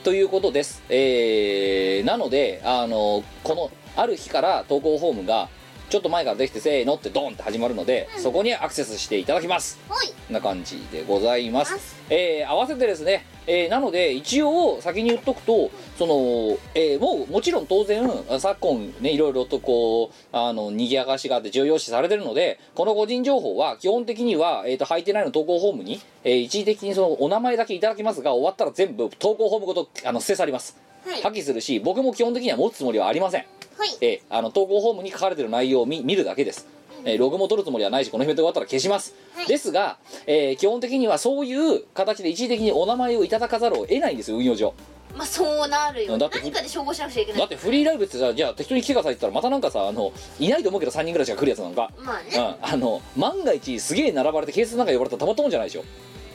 Speaker 1: ということです、えーなのであのこのある日から投稿フォームがちょっと前からできてせーのってドンって始まるので、そこにアクセスしていただきます
Speaker 2: ほい
Speaker 1: こんな感じでございます
Speaker 2: ます
Speaker 1: えー合わせてですね、えーなので一応先に言っとくとその、えーもうもちろん当然昨今ねいろいろとこうあの賑やかしがあって重要視されてるのでこの個人情報は基本的には、えー、と履いてないの投稿フォームに、えー一時的にそのお名前だけいただきますが終わったら全部投稿フォームごとあの捨て去ります
Speaker 2: はい
Speaker 1: 破棄するし僕も基本的には持つつもりはありません
Speaker 2: ほい
Speaker 1: えーあの投稿フォームに書かれてる内容を見見るだけです、えーログも取るつもりはないしこのイベントが終わったら消します、
Speaker 2: はい
Speaker 1: ですが、えー基本的にはそういう形で一時的にお名前をいただかざるを得ないんですよ運用上
Speaker 2: まあそうなるよ何
Speaker 1: だって
Speaker 2: かで照合しなくちゃいけな
Speaker 1: だっ
Speaker 2: い
Speaker 1: てフリーライブってさじゃあ適当に来てくださいって言ったらまたなんかさあのいないと思うけど3人ぐらいしか来るやつなんか、
Speaker 2: まあ
Speaker 1: うん、
Speaker 2: ね
Speaker 1: あの万が一すげえ並ばれて警察なんか呼ばれたらたまったもんじゃないでしょ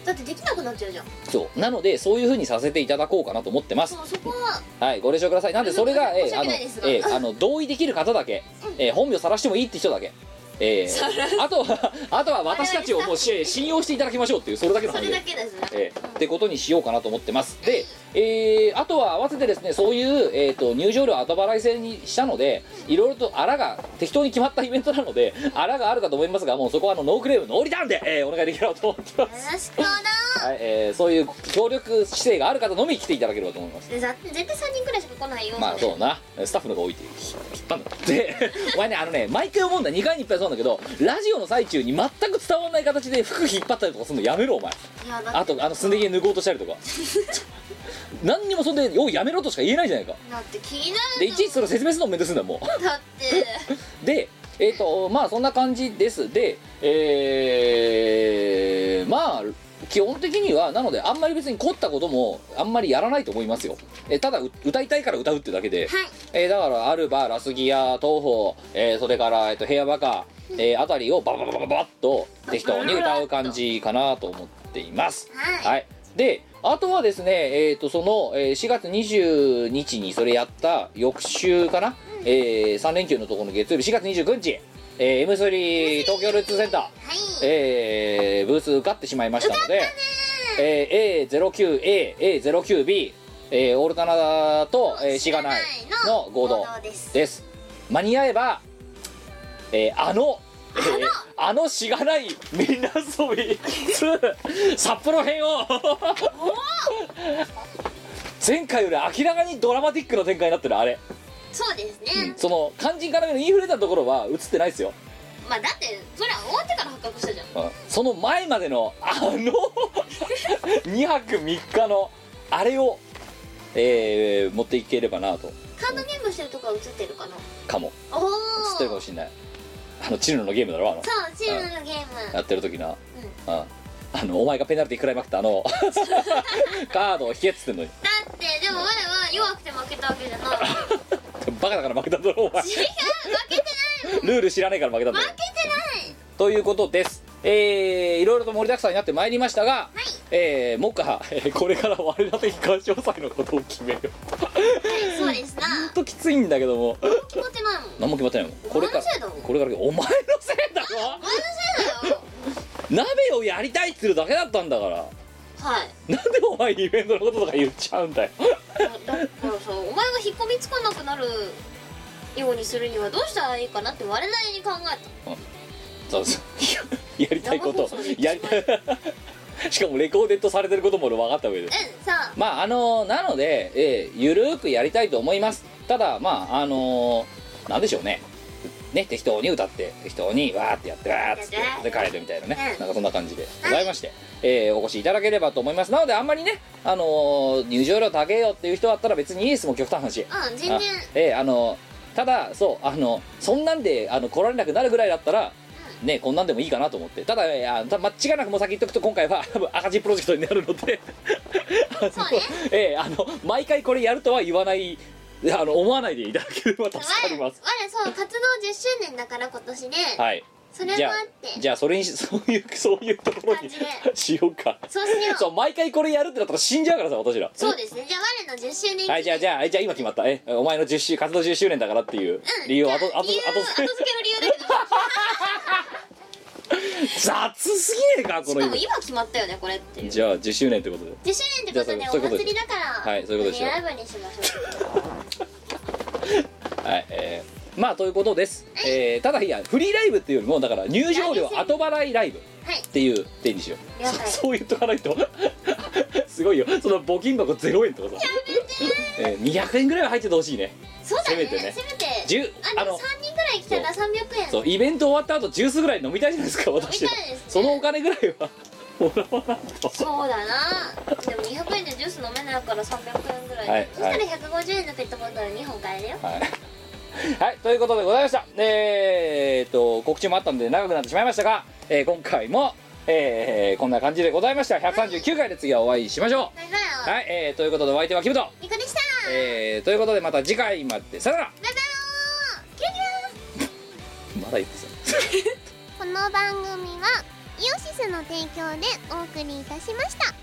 Speaker 2: だってできなくなっちゃうじゃん
Speaker 1: そうなのでそういうふうにさせていただこうかなと思ってます
Speaker 2: そうそこは
Speaker 1: はい、ご了承ください。なんでそれが、え
Speaker 2: 申し
Speaker 1: ーあ
Speaker 2: 訳
Speaker 1: の、
Speaker 2: ない
Speaker 1: え
Speaker 2: ですが
Speaker 1: ーあの同意できる方だけ、えー本名さらしてもいいって人だけ。えー、あとは、あとは私たちをもうし信用していただきましょうっていう、それだけの
Speaker 2: そ
Speaker 1: 話
Speaker 2: れ
Speaker 1: で
Speaker 2: だ。けですね
Speaker 1: えーってことにしようかなと思ってますで、えーあとは合わせてですねそういう、えー、と入場料後払い制にしたのでいろいろとあらが適当に決まったイベントなのであらがあるかと思いますがもうそこはあのノークレームノーリターンで、えーお願いできればと思ってま
Speaker 2: よ
Speaker 1: す、
Speaker 2: ろしくおな
Speaker 1: はいえーそういう協力姿勢がある方のみ来ていただければと思います
Speaker 2: だって絶対3人くらいしか来ないよ
Speaker 1: まあそうなスタッフの方が多いっていう引っ張んだでお前ねあのね毎回思うんだ2回に1回そうなんだけどラジオの最中に全く伝わらない形で服引っ張ったりとかするのやめろお前
Speaker 2: いやだ
Speaker 1: あ
Speaker 2: って
Speaker 1: とあのすね毛脱ごうとしたりとか何にもそんで「ようやめろ」としか言えないじゃないか
Speaker 2: だって気になる
Speaker 1: でいちいちそれ説明するのも面倒すんだもん
Speaker 2: だって
Speaker 1: でえっ、とまあそんな感じですでえー、まあ基本的にはなのであんまり別に凝ったこともあんまりやらないと思いますよえただう歌いたいから歌うってだけ
Speaker 2: は
Speaker 1: で、
Speaker 2: い
Speaker 1: えーだからアルバラスギア東宝、えーそれから、えー、とヘアバカ、えーあたりをババババババッと適当に歌う感じかなと思っています
Speaker 2: はい
Speaker 1: はい、であとはですね、えー、とその、えー4月20日にそれやった翌週かな、え3連休のところの月曜日4月29日、えー、M3 東京ルーツセンター、
Speaker 2: はい
Speaker 1: えーブース受かってしまいましたので、えー A09A09B、えーオルタナと、えーシガナイの合同
Speaker 2: です
Speaker 1: です間に合えば、えーあのえーあのしがないみんな 遊び2札幌編を前回より明らかにドラマティックな展開になってるあれ、
Speaker 2: そうですね、
Speaker 1: その肝心から見るインフレーターのところは映ってないですよ
Speaker 2: まあだってそれは終わってから発覚したじゃん
Speaker 1: その前までのあの2泊3日のあれを、えー持っていければなと
Speaker 2: カードゲームしてるとこは映ってるかな
Speaker 1: かも
Speaker 2: おお
Speaker 1: 映ってるかもしれないあのチルノのゲームだろあの
Speaker 2: そうチームのゲーム
Speaker 1: やってる時な、ああのお前がペナルティ食らいまくったあの カードを引けっつってんのに
Speaker 2: だってでも我は弱くて負けたわけじゃない
Speaker 1: バカだから負けたんだろお前
Speaker 2: 違う負けてない
Speaker 1: ルール知らねえから負けたんだろ
Speaker 2: 負けてない
Speaker 1: ということですえー、いろいろと盛りだくさんになってまいりましたが、えー、もっか、えーこれから我ら的鑑賞祭のことを決めよう
Speaker 2: そうですな
Speaker 1: ほんときついんだけども
Speaker 2: 決まってないもん
Speaker 1: 何も決まってないもんこれから
Speaker 2: お前のせいだろ
Speaker 1: これからお前のせいだろ
Speaker 2: お前のせいだよ
Speaker 1: 鍋をやりたいっつるだけだったんだから
Speaker 2: はい
Speaker 1: なんでお前イベントのこととか言っちゃうんだよ
Speaker 2: だだからさお前が引っ込みつかなくなるようにするにはどうしたらいいかなって我なりに考えた
Speaker 1: そうそうやりたいこと
Speaker 2: 生放送で一番
Speaker 1: やりたい しかもレコーデッドされてることも俺分かった上で
Speaker 2: うんさあ
Speaker 1: まああのなので、えーゆるーくやりたいと思いますただまああのなんでしょうねね適当に歌って適当にわーってやってわーっつって
Speaker 2: やって
Speaker 1: で帰るみたいなね、
Speaker 2: うん
Speaker 1: なんかそんな感じでございまして、えーお越しいただければと思いますなのであんまりねあのー入場料高えよっていう人だったら別にいいですもう極端な話
Speaker 2: うん全然
Speaker 1: あええあのただそうあのそんなんであの来られなくなるぐらいだったらねこんなんでもいいかなと思ってただいやた間違いなくもう先言っとくと今回は多 分赤字プロジェクトになるのであの
Speaker 2: そうね
Speaker 1: ええあの毎回これやるとは言わないあの思わないでいただければ助かり
Speaker 2: 我
Speaker 1: ま
Speaker 2: 我
Speaker 1: す
Speaker 2: そう活動10周年だから今年で、
Speaker 1: はい
Speaker 3: それ
Speaker 1: じゃ
Speaker 3: も
Speaker 1: あ
Speaker 3: あって
Speaker 1: じゃあそれにし そういうそういうところに
Speaker 3: 感
Speaker 1: しようか
Speaker 3: そうしよう
Speaker 1: そう毎回これやるってなったら死んじゃうからさ私ら
Speaker 3: そうですねじゃあ我の10周年記念
Speaker 1: はいじゃあじゃあじゃあ今決まったえお前の10周活動10周年だからっていう理由を後後
Speaker 3: 理由
Speaker 1: 後
Speaker 3: 後
Speaker 1: 付
Speaker 3: 付
Speaker 1: け
Speaker 3: けの理由だけど
Speaker 1: 雑すぎねえかこ
Speaker 3: し
Speaker 1: の
Speaker 3: かも
Speaker 1: 意
Speaker 3: 今決まったよねこれっていう
Speaker 1: 味
Speaker 3: 10周
Speaker 1: じゃあ10周年ってことで
Speaker 3: 年って
Speaker 1: じ
Speaker 3: ことで
Speaker 1: ゃあそ
Speaker 3: お
Speaker 1: うそういうことで
Speaker 3: 祭りだから
Speaker 1: はいそういうことでしよう
Speaker 3: ライブにしましょう
Speaker 1: はいえーまあということです、えーただいやフリーライブっていうよりもだから入場料後払いライブっ
Speaker 3: はい
Speaker 1: ていう点にしよう、
Speaker 3: 了
Speaker 1: そ
Speaker 3: 解
Speaker 1: そう言っとかないと すごいよその募金箱0円とかさえー200円ぐらいは入っててほしいね
Speaker 3: そうだね
Speaker 1: せめてね
Speaker 3: せめて
Speaker 1: 10
Speaker 3: あ
Speaker 1: あ
Speaker 3: でも
Speaker 1: の
Speaker 3: 3人ぐらい来たら300円
Speaker 1: そうイベント終わった後ジュースぐらい飲みたいじゃないですか私
Speaker 3: 飲みたいですね
Speaker 1: そのお金ぐらいはもらわないと
Speaker 3: そうだなでも200円でジュース飲めないから300円ぐらい、
Speaker 1: はい
Speaker 3: そしたら150円のペットボトル2本買えるよ
Speaker 1: はい、はい、ということでございましたえー、っと告知もあったので長くなってしまいましたが、えー今回も、えーこんな感じでございました139回で次はお会いしましょ
Speaker 3: バイバイ
Speaker 1: うはい、えーということでお相手はキムト、
Speaker 3: ニコでした
Speaker 1: えーということでまた次回までさよなら
Speaker 3: バイバイキラキラ
Speaker 1: まだ言ってた
Speaker 7: この番組はイオシスの提供でお送りいたしました